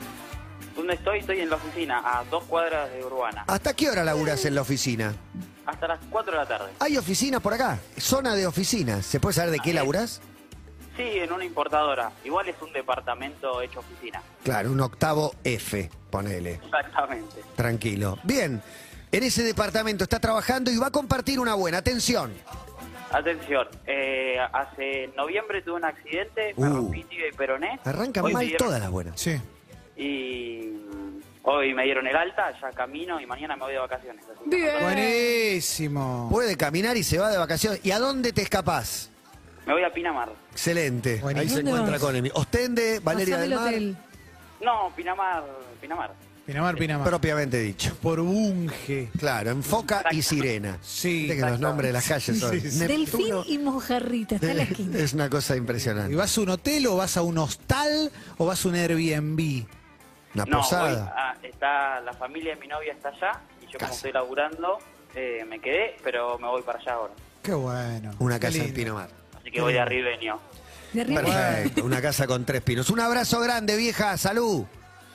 G: ¿Dónde estoy? Estoy en la oficina, a dos cuadras de Urbana,
C: ¿Hasta qué hora laburas en la oficina?
G: hasta las 4 de la tarde.
C: Hay oficinas por acá, zona de oficinas. ¿Se puede saber de qué
G: Ah,
C: laburas?
G: Sí, en una importadora. Igual es un departamento hecho oficina.
C: Claro, un octavo F, ponele.
G: Exactamente.
C: Tranquilo. Bien, en ese departamento está trabajando y va a compartir una buena. Atención.
G: Atención, eh, hace noviembre tuve un accidente, me
C: Uh.
G: rompí tibia y peroné.
C: Arrancan
G: Hoy me
C: mal
G: dieron-
C: todas las buenas.
D: Sí.
G: Y hoy me dieron el alta, ya camino y mañana me voy de vacaciones. así que-
F: Bien.
D: Buenísimo.
C: Puede caminar y se va de vacaciones. ¿Y a dónde te escapás?
G: Me voy a Pinamar.
C: Excelente. Ahí
D: Buenísimo.
C: se encuentra con Emi. Ostende, Valeria
F: Pasame
C: del
F: el
C: Mar.
F: hotel.
G: No, Pinamar, Pinamar.
D: Pinamar, Pinamar.
C: Propiamente dicho.
D: por Bunge.
C: Claro, Enfoca y Sirena.
D: Sí.
C: Viste que los nombres de las calles son.
D: Sí, sí.
F: Delfín
C: Neptuno.
F: y mojarrita, está en la esquina.
C: Es una cosa
D: ¿Y
C: impresionante.
D: vas a un hotel o vas a un hostal o vas a un Airbnb?
C: Una
K: No, hoy
C: posada.
K: ah, está la familia de mi novia está allá y yo
C: Casa.
K: como estoy laburando eh, me quedé, pero me voy para allá ahora.
D: Qué bueno.
C: Una
D: Qué
C: casa en
D: lindo.
C: Pinamar.
K: Así que voy de arribeño.
F: De arriba.
C: Perfecto, una casa con tres pinos. Un abrazo grande, vieja, salud.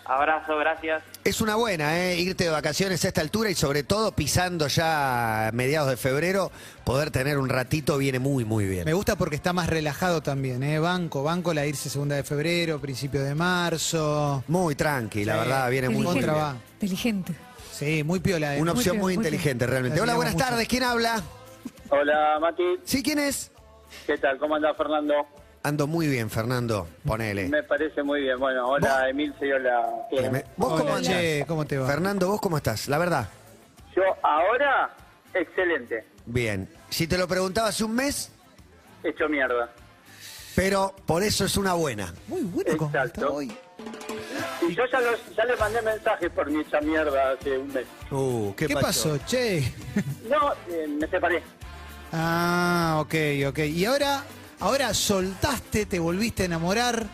K: Abrazo, gracias.
C: Es una buena, ¿eh? Irte de vacaciones a esta altura y sobre todo pisando ya mediados de febrero, poder tener un ratito viene muy, muy bien.
D: Me gusta porque está más relajado también, ¿eh? Banco, banco, la irse segunda de febrero, principio de marzo.
C: Muy tranqui, la
D: Sí.
C: verdad, viene muy, muy
F: Inteligente.
C: bien.
D: trabajo.
F: Inteligente.
D: Sí, muy piola. ¿eh?
C: Una
F: Muy
C: opción
F: bien,
C: muy
F: muy bien.
C: inteligente, realmente.
D: La
C: Hola,
D: admiramos
C: buenas
D: mucho.
C: tardes. ¿Quién habla?
K: Hola, Mati.
C: ¿Sí, quién es?
K: ¿Qué tal? ¿Cómo anda Fernando?
C: Ando muy bien, Fernando. Ponele.
K: parece muy bien. Bueno,
C: hola,
K: Emilce y hola.
C: Me- ¿Vos
D: Hola,
C: cómo andás?
D: che, ¿cómo te va?
C: Fernando, ¿vos cómo estás? La verdad.
K: Yo ahora, excelente.
C: Bien. Si te lo preguntaba hace un mes,
K: Hecho mierda.
C: pero por eso es una buena.
D: Muy bueno como
K: Exacto.
D: está hoy.
K: Y yo ya, los- ya les mandé mensajes por mi hecha mierda hace un mes.
C: Uh,
D: ¿Qué, pasó, che?
K: No, eh, me separé.
D: Ah, ok, ok. Y ahora, ahora soltaste, te volviste a enamorar,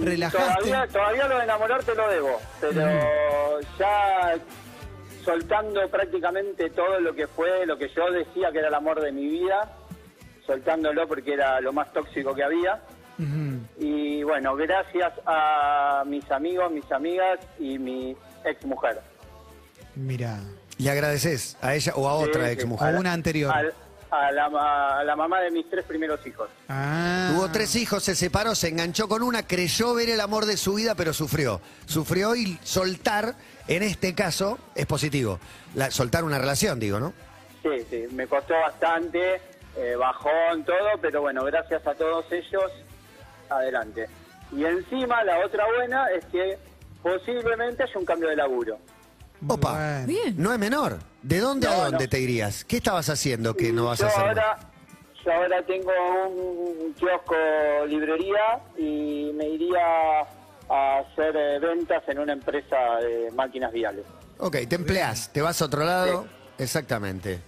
D: relajaste.
K: Todavía, todavía lo de enamorar te lo debo, pero ya soltando prácticamente todo lo que fue, lo que yo decía que era el amor de mi vida, soltándolo porque era lo más tóxico que había.
A: Mm-hmm.
D: Ujú.
K: Y bueno, gracias a mis amigos, mis amigas y mi ex mujer.
D: Mirá.
C: ¿Le agradeces a ella o a otra ex
D: A
C: mujer?
D: una anterior.
K: Al- a, la, ma- a la mamá de mis tres primeros hijos.
D: Ah.
C: Tuvo tres hijos, se separó, se enganchó con una, creyó ver el amor de su vida, pero sufrió. Sufrió y soltar, en este caso, es positivo. La- soltar una relación, digo, ¿no?
K: Sí, sí, me costó bastante, eh, bajón, todo, pero bueno, gracias a todos ellos, adelante. Y encima, la otra buena es que posiblemente haya un cambio de laburo.
C: Opa,
D: Bueno.
F: Bien.
C: no es menor. ¿De dónde a
K: No,
C: dónde
K: no.
C: te irías? ¿Qué estabas haciendo que no vas
K: yo
C: a hacer? más?
K: ahora, yo ahora tengo un kiosco librería y me iría a hacer eh, ventas en una empresa de máquinas viales.
C: Ok, te empleás, te vas a otro lado. Exactamente.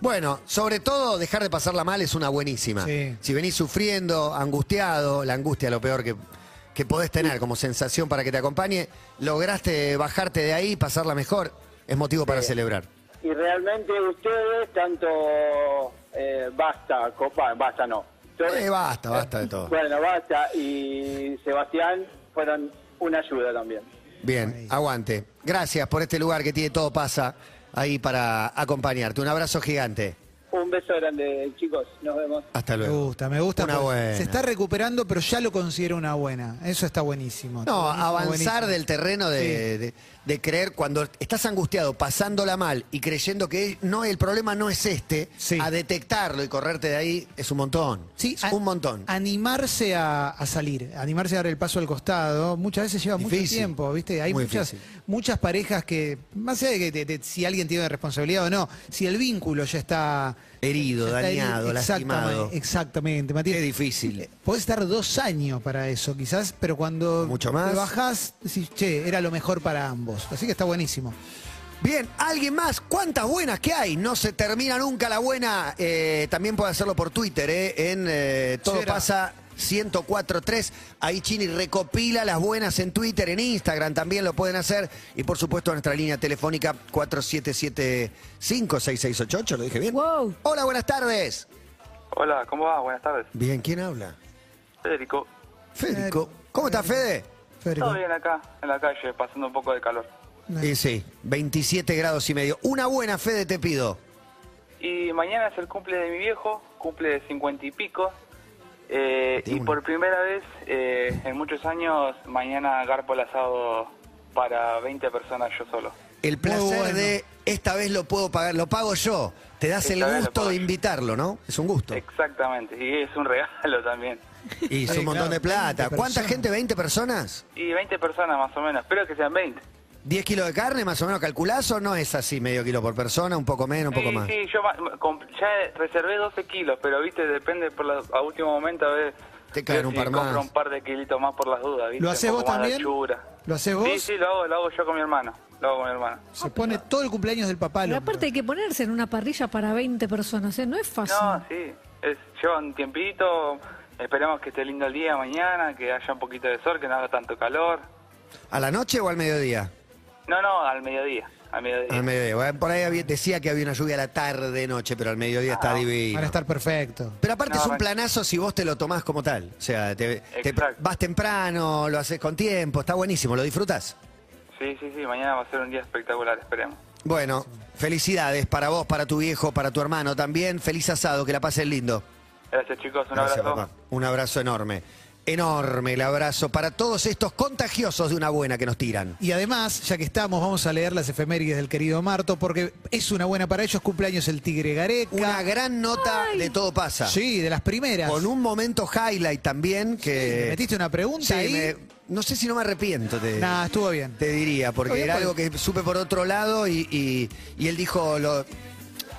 C: Bueno, sobre todo dejar de pasarla mal es una buenísima.
D: Sí.
C: Si venís sufriendo, angustiado, la angustia lo peor que, que podés tener como sensación para que te acompañe, lograste bajarte de ahí, pasarla mejor, es motivo para celebrar.
K: Y realmente ustedes, tanto eh, basta, copa, basta no. Yo-
C: Eh, basta, basta de todo.
K: Bueno, basta. Y Sebastián fueron una ayuda también.
C: Bien, aguante. Gracias por este lugar que tiene todo pasa ahí para acompañarte. Un abrazo gigante.
K: Un beso grande, chicos. Nos vemos.
C: Hasta
D: Me
C: luego.
D: gusta, me gusta.
C: Una
D: porque
C: buena.
D: Se está recuperando, pero ya lo considero una buena. Eso está buenísimo.
C: No,
D: Buenísimo,
C: avanzar
D: buenísimo.
C: del terreno de,
D: Sí.
C: de- de creer cuando estás angustiado, pasándola mal y creyendo que no el problema no es este,
D: Sí.
C: a detectarlo y correrte de ahí es un montón.
D: Sí,
C: es
D: a-
C: un montón.
D: Animarse a, a salir, animarse a dar el paso al costado, muchas veces lleva mucho
C: Difícil.
D: tiempo, ¿viste? Hay
C: Muy
D: muchas,
C: difícil.
D: muchas parejas que, más allá de que te- te- si alguien tiene responsabilidad o no, si el vínculo ya está...
C: Herido,
D: ya está
C: dañado, lastimado.
D: Exactamente, exactamente Matías.
C: Qué difícil.
D: Podés estar dos años para eso, quizás, pero cuando
C: Mucho más.
D: te bajás, decís, che, era lo mejor para ambos. Así que está buenísimo.
C: Bien, alguien más, ¿cuántas buenas que hay? No se termina nunca la buena. Eh, también puede hacerlo por Twitter, ¿eh? en eh, Todo
D: Será.
C: pasa 1043. Ahí Chini recopila las buenas en Twitter, en Instagram también lo pueden hacer. Y por supuesto nuestra línea telefónica 4775-6688, lo dije bien.
F: Wow.
C: Hola, buenas tardes.
I: Hola, ¿cómo va? Ah, Buenas tardes.
C: Bien, ¿quién habla?
I: Federico,
C: Federico. ¿Cómo estás, Fede?
D: Federico.
I: todo bien acá, en la calle, pasando un poco de calor.
C: Eh, sí, 27 grados y medio. Una buena, Fede, te pido.
I: Y mañana es el cumple de mi viejo, cumple de 50 y pico. eh, y por primera vez eh, en muchos años, mañana garpo el asado para 20 personas yo solo.
C: El placer
D: Muy bueno.
C: de esta vez lo puedo pagar, lo pago yo. Te das
I: Esta
C: el
I: vez lo
C: gusto
I: pago
C: de
I: yo.
C: invitarlo, ¿no? Es un gusto.
I: Exactamente, y es un regalo también.
C: Y es
D: Sí,
C: un montón
D: claro,
C: de plata.
D: 20
C: ¿Cuánta
D: personas.
C: gente? ¿20 personas?
I: Y 20 personas más o menos, espero que sean 20.
C: ¿10 kilos de carne más o menos calculás o no es así? ¿Medio kilo por persona? ¿Un poco menos? ¿Un poco
I: sí,
C: más?
I: sí, yo ma- ma- comp- ya reservé 12 kilos, pero viste, depende por la- a último momento a ver
C: Te caen
I: Yo
C: un
I: sí
C: par
I: compro
C: más.
I: un par de kilitos más por las dudas, ¿viste?
D: ¿Lo hacés
I: Un
D: vos
I: poco más de
D: también?
I: anchura.
D: ¿Lo hacés
I: Sí,
D: vos?
I: sí, lo hago, lo hago yo con mi hermano. Lo hago con mi hermano.
D: Se pone todo el cumpleaños del papá.
F: Pero
D: Londra.
F: aparte hay que ponerse en una parrilla para 20 personas, ¿eh? No es fácil.
I: No, sí, es, lleva un tiempito. Esperamos que esté lindo el día mañana, que haya un poquito de sol, que no haga tanto calor.
C: ¿A la noche o al mediodía?
I: No, no, al mediodía. Al mediodía.
C: Al mediodía. Bueno, Por ahí había- decía que había una lluvia a la tarde, noche, pero al mediodía está divino.
D: Van a estar perfecto.
C: Pero aparte
I: Ah, No,
C: es un
I: bueno.
C: planazo si vos te lo tomás como tal. O sea, te, te-
I: Exacto.
C: vas temprano, lo haces con tiempo, está buenísimo, lo disfrutás.
I: Sí, sí, sí, mañana va a ser un día espectacular, esperemos.
C: Bueno, felicidades para vos, para tu viejo, para tu hermano también. Feliz asado, que la pases lindo.
I: Gracias chicos, un
C: Gracias,
I: abrazo.
C: papá. Un abrazo enorme. Enorme el abrazo para todos estos contagiosos de una buena que nos tiran.
D: Y además, ya que estamos, vamos a leer las efemérides del querido Marto, porque es una buena para ellos. Cumpleaños el Tigre Gareca.
C: Una gran nota de todo pasa.
D: Sí, de las primeras.
C: Con un momento highlight también
D: ¿Me
C: que.
D: metiste una pregunta
C: Sí,
D: ahí?
C: me- no sé si no me arrepiento, te,
D: Nah, estuvo bien.
C: te diría, porque
D: Está bien,
C: era
D: porque-
C: algo que supe por otro lado y, y- y él dijo, lo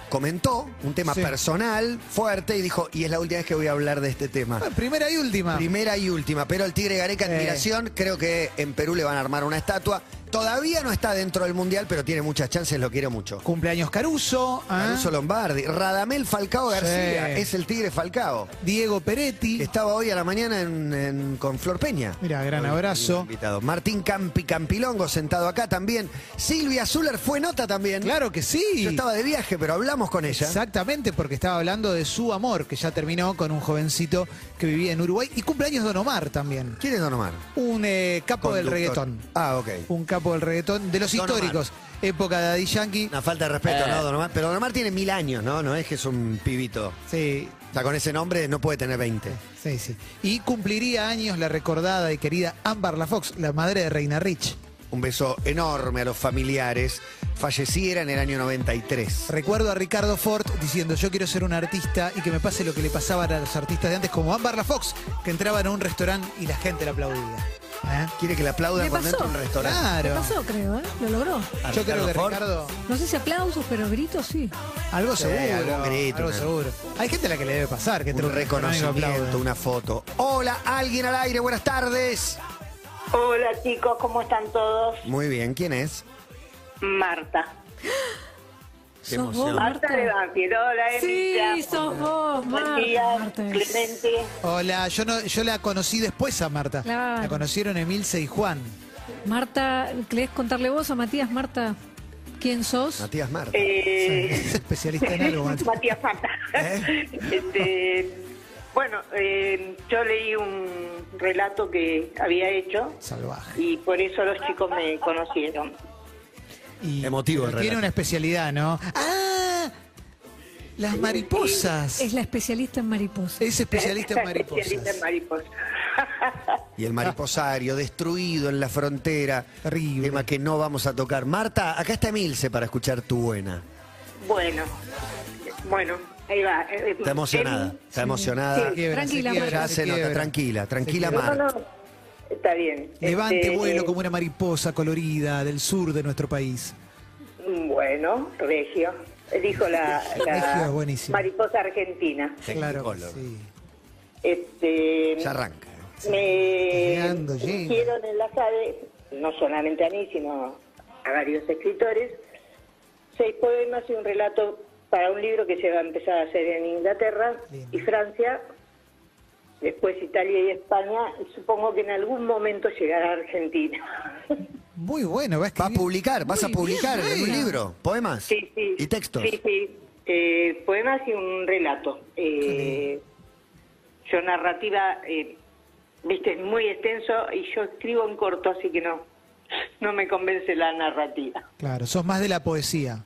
C: comentó un tema
D: Sí.
C: personal fuerte y dijo, y es la última vez que voy a hablar de este tema.
D: Bueno, primera y última.
C: Primera y última, pero el Tigre Gareca,
D: Eh.
C: admiración, creo que en Perú le van a armar una estatua. Todavía no está dentro del Mundial, pero tiene muchas chances, lo quiero mucho.
D: Cumpleaños Caruso. ¿ah?
C: Caruso Lombardi, Radamel Falcao García,
D: Sí.
C: es el Tigre Falcao.
D: Diego Peretti.
C: que Estaba hoy a la mañana en- en- con Flor Peña.
D: Mira, gran
C: Hoy,
D: abrazo.
C: invitado. Martín Campi Campilongo sentado acá también. Silvia Zuller fue nota también.
D: Claro que sí.
C: Yo estaba de viaje, pero hablamos con ella.
D: Exactamente, porque estaba hablando de su amor, que ya terminó con un jovencito que vivía en Uruguay. Y cumpleaños Don Omar también.
C: ¿Quién es Don Omar?
D: Un eh, capo del
C: Conductor.
D: reggaetón.
C: Ah, ok.
D: Un capo del reggaetón, de los
C: Don Omar.
D: históricos. Época de Daddy Yankee.
C: Una falta de respeto,
D: Eh.
C: ¿no, Don Omar? Pero Don Omar tiene mil años, ¿no? No es que es un pibito.
D: Sí,
C: O sea, con ese nombre no puede tener 20.
D: sí, sí. Y cumpliría años la recordada y querida Ámbar La Fox, la madre de Reina Rich.
C: Un beso enorme a los familiares. Falleciera en el año 93.
D: Recuerdo a Ricardo Ford diciendo yo quiero ser un artista y que me pase lo que le pasaba a los artistas de antes como Ámbar La Fox, que entraban a un restaurante y la gente la aplaudía. ¿Eh?
C: Quiere que le aplaudan
F: ¿Le
C: cuando
F: pasó?
C: entra a un restaurante.
F: Lo
D: Claro.
F: pasó, creo, ¿eh? Lo logró.
C: ¿A
D: Yo
C: Ricardo
D: creo que
C: Ford?
D: Ricardo,
F: No sé si aplausos, pero gritos sí.
D: algo
C: Sí,
D: seguro,
C: algún grito,
D: algo
C: una-
D: seguro. Hay gente a la que le debe pasar, que entre
C: Un reconocimiento, una foto. Hola, alguien al aire, buenas tardes.
L: Hola chicos, ¿cómo están todos?
C: Muy bien, ¿quién es?
L: Marta.
C: Qué
F: ¿Sos
C: emoción.
F: vos, Marta?
L: Marta de Banfield. Hola, Emilia.
F: Sí, sos vos,
L: Buen
F: Marta.
L: día,
F: Marta.
L: Clemente.
D: Hola, yo no, yo la conocí después a Marta.
F: Claro.
D: La conocieron Emilce y Juan.
F: Marta, ¿querés contarle vos a Matías, Marta, quién sos?
C: Matías Marta.
L: Eh,
D: Es especialista en algo. Marta.
L: Matías Fanta.
C: ¿Eh?
L: Este, bueno, eh, yo leí un relato que había hecho
D: Salvaje.
L: y por eso los chicos me conocieron.
D: Y-
C: Emotivo el
D: pero Tiene
C: relato.
D: una especialidad, ¿no? ¡Ah! Las mariposas.
F: Es la especialista en mariposas.
D: Es especialista en
L: Especialista en
D: mariposas.
L: mariposas.
C: Y el mariposario destruido en la frontera.
D: Terrible.
C: Tema que no vamos a tocar. Marta, acá está Emilce para escuchar tu buena.
L: bueno, bueno, ahí va. Eh,
C: Está emocionada,
L: Emi-
C: está emocionada.
D: Quiebra,
F: Tranquila,
D: quiebra,
C: Ya se nota,
D: quiebra.
C: tranquila, tranquila
L: No,
C: Marta.
L: no, está bien.
D: Levante
L: Este,
D: vuelo como una mariposa colorida del sur de nuestro país.
L: Bueno, Regio. Dijo la, la
D: Regio es buenísimo.
L: mariposa argentina.
D: Claro, que
C: Technicolor.
D: sí.
L: Este,
C: Ya arranca.
L: me
D: Llegando, llega.
L: hicieron enlazar, no solamente a mí, sino a varios escritores, seis poemas y un relato para un libro que se va a empezar a hacer en Inglaterra
D: Lindo.
L: y Francia, después Italia y España, y supongo que en algún momento llegará a Argentina.
D: Muy bueno, ¿ves?
C: Va a publicar, vas a publicar en un
D: Marta.
C: libro, poemas
L: Sí, sí.
C: y textos.
L: Sí, sí. Eh, poemas y un relato. Eh, yo narrativa, eh, viste, es muy extenso y yo escribo en corto, así que no, no me convence la narrativa.
D: Claro, sos más de la poesía.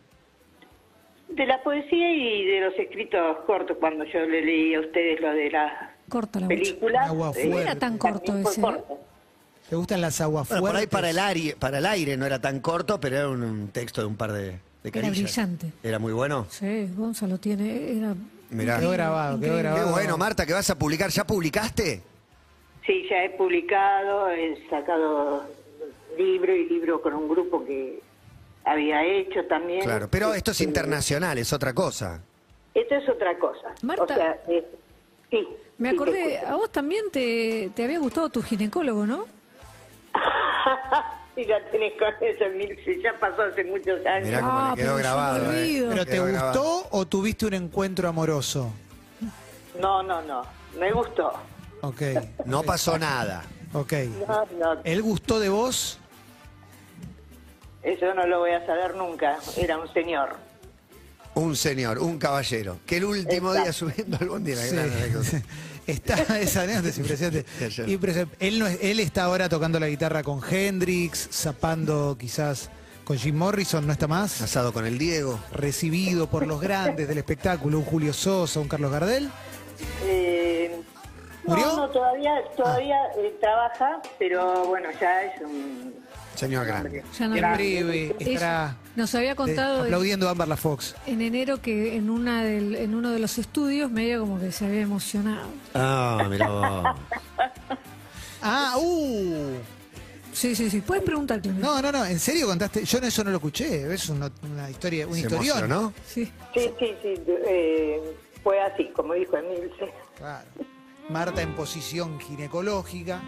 L: De la poesía y de los escritos cortos, cuando yo le leí a ustedes lo de la
F: Corta la bocha.
L: película.
D: Agua
L: eh,
D: fuerte. No era
F: tan
L: también
F: corto
L: fue
F: ese, ¿eh?
L: corto.
D: ¿Te gustan las aguas
C: Bueno, por ahí para el,
D: fuertes?
C: aire, para el aire no era tan corto, pero era un, un texto de un par de, de
F: Era
C: carillas.
F: brillante.
C: Era muy bueno.
F: Sí, Gonzalo tiene. Era...
C: Mirá.
D: Quedó grabado, quedó
F: Increíble.
C: Qué
D: grabado.
C: bueno, Marta, que vas a publicar. ¿Ya publicaste?
L: Sí, ya he publicado, he sacado libro y libro con un grupo que había hecho también.
C: Claro, pero esto es
L: Este,
C: internacional, es otra cosa.
L: Esto es otra cosa. eh,
F: Marta.
L: O sea, es- sí,
F: Me acordé, a vos también te, te había gustado tu ginecólogo, ¿no?
J: Y la tenés con eso, Milce, ya pasó hace muchos años.
C: Mirá cómo
F: Ah.
C: le quedó grabado. eh.
D: ¿Pero te
C: Quedó
D: gustó
C: grabado.
D: o tuviste un encuentro amoroso?
J: No, no, no, me gustó.
D: Ok,
C: No pasó nada.
D: ok.
J: No, no,
D: ¿Él gustó de vos?
J: eso no lo voy a saber nunca, era un señor.
C: Un señor, un caballero, que el último día subiendo al bondi era
D: Sí.
C: gran anécdota.
D: Está esa anécdota es impresionante.
C: Sí, sí.
D: Impresionante. Él, no es- él está ahora tocando la guitarra con Hendrix, zapando quizás con Jim Morrison, ¿no está más?
C: Casado con el Diego.
D: Recibido por los grandes del espectáculo, un Julio Sosa, un Carlos Gardel.
J: Eh,
D: ¿Murió? Ah.
J: No, no, todavía, todavía eh, trabaja, pero bueno, ya es un...
C: Señor grande.
F: Ya no-
D: En breve
F: Ella
D: estará
F: nos había
D: eh,
F: contado en-
D: aplaudiendo a Ámbar la Fox.
F: en enero que en una del, en uno de los estudios medio como que se había emocionado.
C: Ah, mirá vos.
D: Ah, uh.
F: Sí, sí, sí. Puedes preguntar, Clemente.
D: No, no, no, en serio contaste. Yo no- eso no lo escuché. Es una, una historia, un
C: Se
D: historión.
C: emocionó.
F: Sí.
J: Sí, sí, sí, eh, fue así, como dijo Emilce.
D: Claro. Marta en posición ginecológica,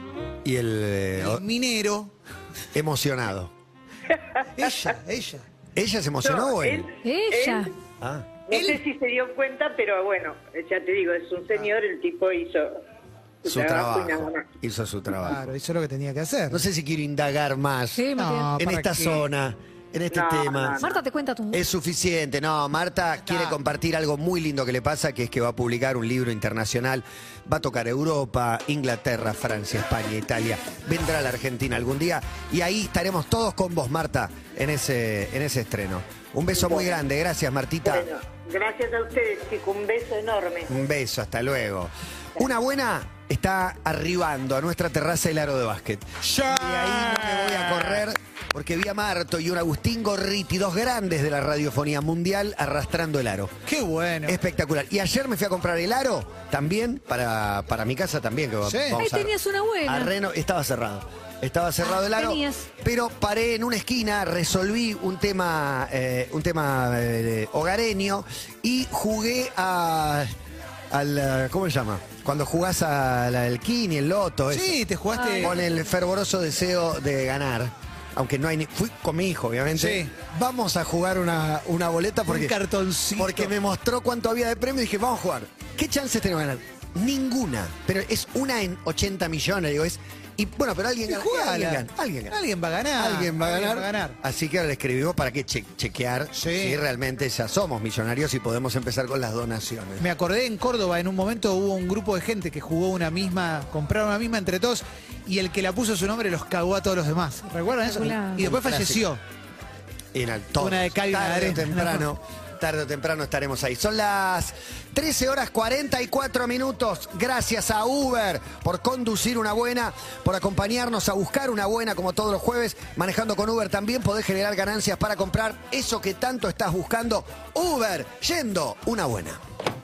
C: Y el eh,
D: el
C: o-
D: minero.
C: emocionado.
D: Ella, ella.
C: ¿Ella se emocionó
J: No,
C: o él?
J: él-
F: Ella.
C: Ah.
J: No
D: Él-
J: sé si se dio cuenta, pero bueno, ya te digo, es un señor, el tipo hizo
C: Ah. Su
J: y
C: trabajo.
J: nada más.
C: Hizo su trabajo.
D: Claro, eso es lo que tenía que hacer.
C: No sé si quiero indagar más
F: Sí,
D: No,
F: Matías.
C: en
D: ¿para
C: esta
D: qué?
C: zona, en este
J: No,
C: tema.
J: no, no.
F: Marta te cuenta tu.
C: Es suficiente, no, Marta quiere compartir algo muy lindo que le pasa, que es que va a publicar un libro internacional, va a tocar Europa, Inglaterra, Francia, España, Italia, vendrá a la Argentina algún día y ahí estaremos todos con vos, Marta, en ese, en ese estreno. Un beso muy grande, gracias Martita.
J: Bueno, gracias a ustedes, chicos, un beso enorme.
C: Un beso, hasta luego. Una buena está arribando a nuestra terraza el aro de básquet. Y ahí no me voy a correr porque vi a Marto y un Agustín Gorriti, dos grandes de la radiofonía mundial, arrastrando el aro.
D: Qué bueno.
C: Espectacular. Y ayer me fui a comprar el aro también para, para mi casa también. Que va-
D: Sí.
C: vamos
F: Ahí
C: a-
F: tenías una buena. Ah,
C: a reno- estaba cerrado. Estaba cerrado el aro.
F: Tenías.
C: Pero paré en una esquina, resolví un tema, eh, un tema eh, hogareño y jugué a. Al, eh, ¿Cómo se llama? Cuando jugás al al Kini, el Loto, eso. Ah,
D: Sí, te jugaste.
C: con el fervoroso deseo de ganar. Aunque no hay ni. Fui con mi hijo, obviamente.
D: Sí.
C: Vamos a jugar una, una boleta porque.
D: un cartoncito.
C: Porque me mostró cuánto había de premio y dije, vamos a jugar. ¿Qué chances tenemos de ganar? Ninguna. Pero es una en 80 millones, digo, es. Y bueno, pero alguien
D: Y
C: gana.
D: jugala.
C: Alguien gana. Alguien gana.
D: Ah, Alguien va a ganar.
C: Alguien va a ganar. Así que ahora le escribimos para que che- chequear
D: Sí.
C: si realmente ya somos millonarios y podemos empezar con las donaciones.
D: Me acordé en Córdoba, en un momento hubo un grupo de gente que jugó una misma, compraron una misma entre todos, y el que la puso su nombre los cagó a todos los demás. ¿Recuerdan eso?
F: Espectacular.
D: Y después
C: Un clásico.
D: falleció.
C: en el todos.
D: Una de cal y una de
C: tarde o
D: arena.
C: temprano. Tarde o temprano estaremos ahí. Son las 13 horas 44 minutos. Gracias a Uber por conducir una buena, por acompañarnos a buscar una buena como todos los jueves. Manejando con Uber también podés generar ganancias para comprar eso que tanto estás buscando. Uber, yendo una buena.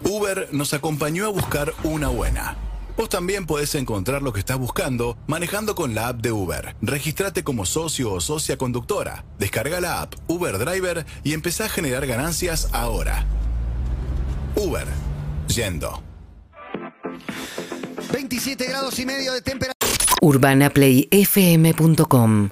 B: Uber nos acompañó a buscar una buena. Vos también podés encontrar lo que estás buscando manejando con la app de Uber. Regístrate como socio o socia conductora. Descarga la app Uber Driver y empezá a generar ganancias ahora. Uber. Yendo.
C: 27 grados y medio de temperatura.
L: UrbanaPlayFM.com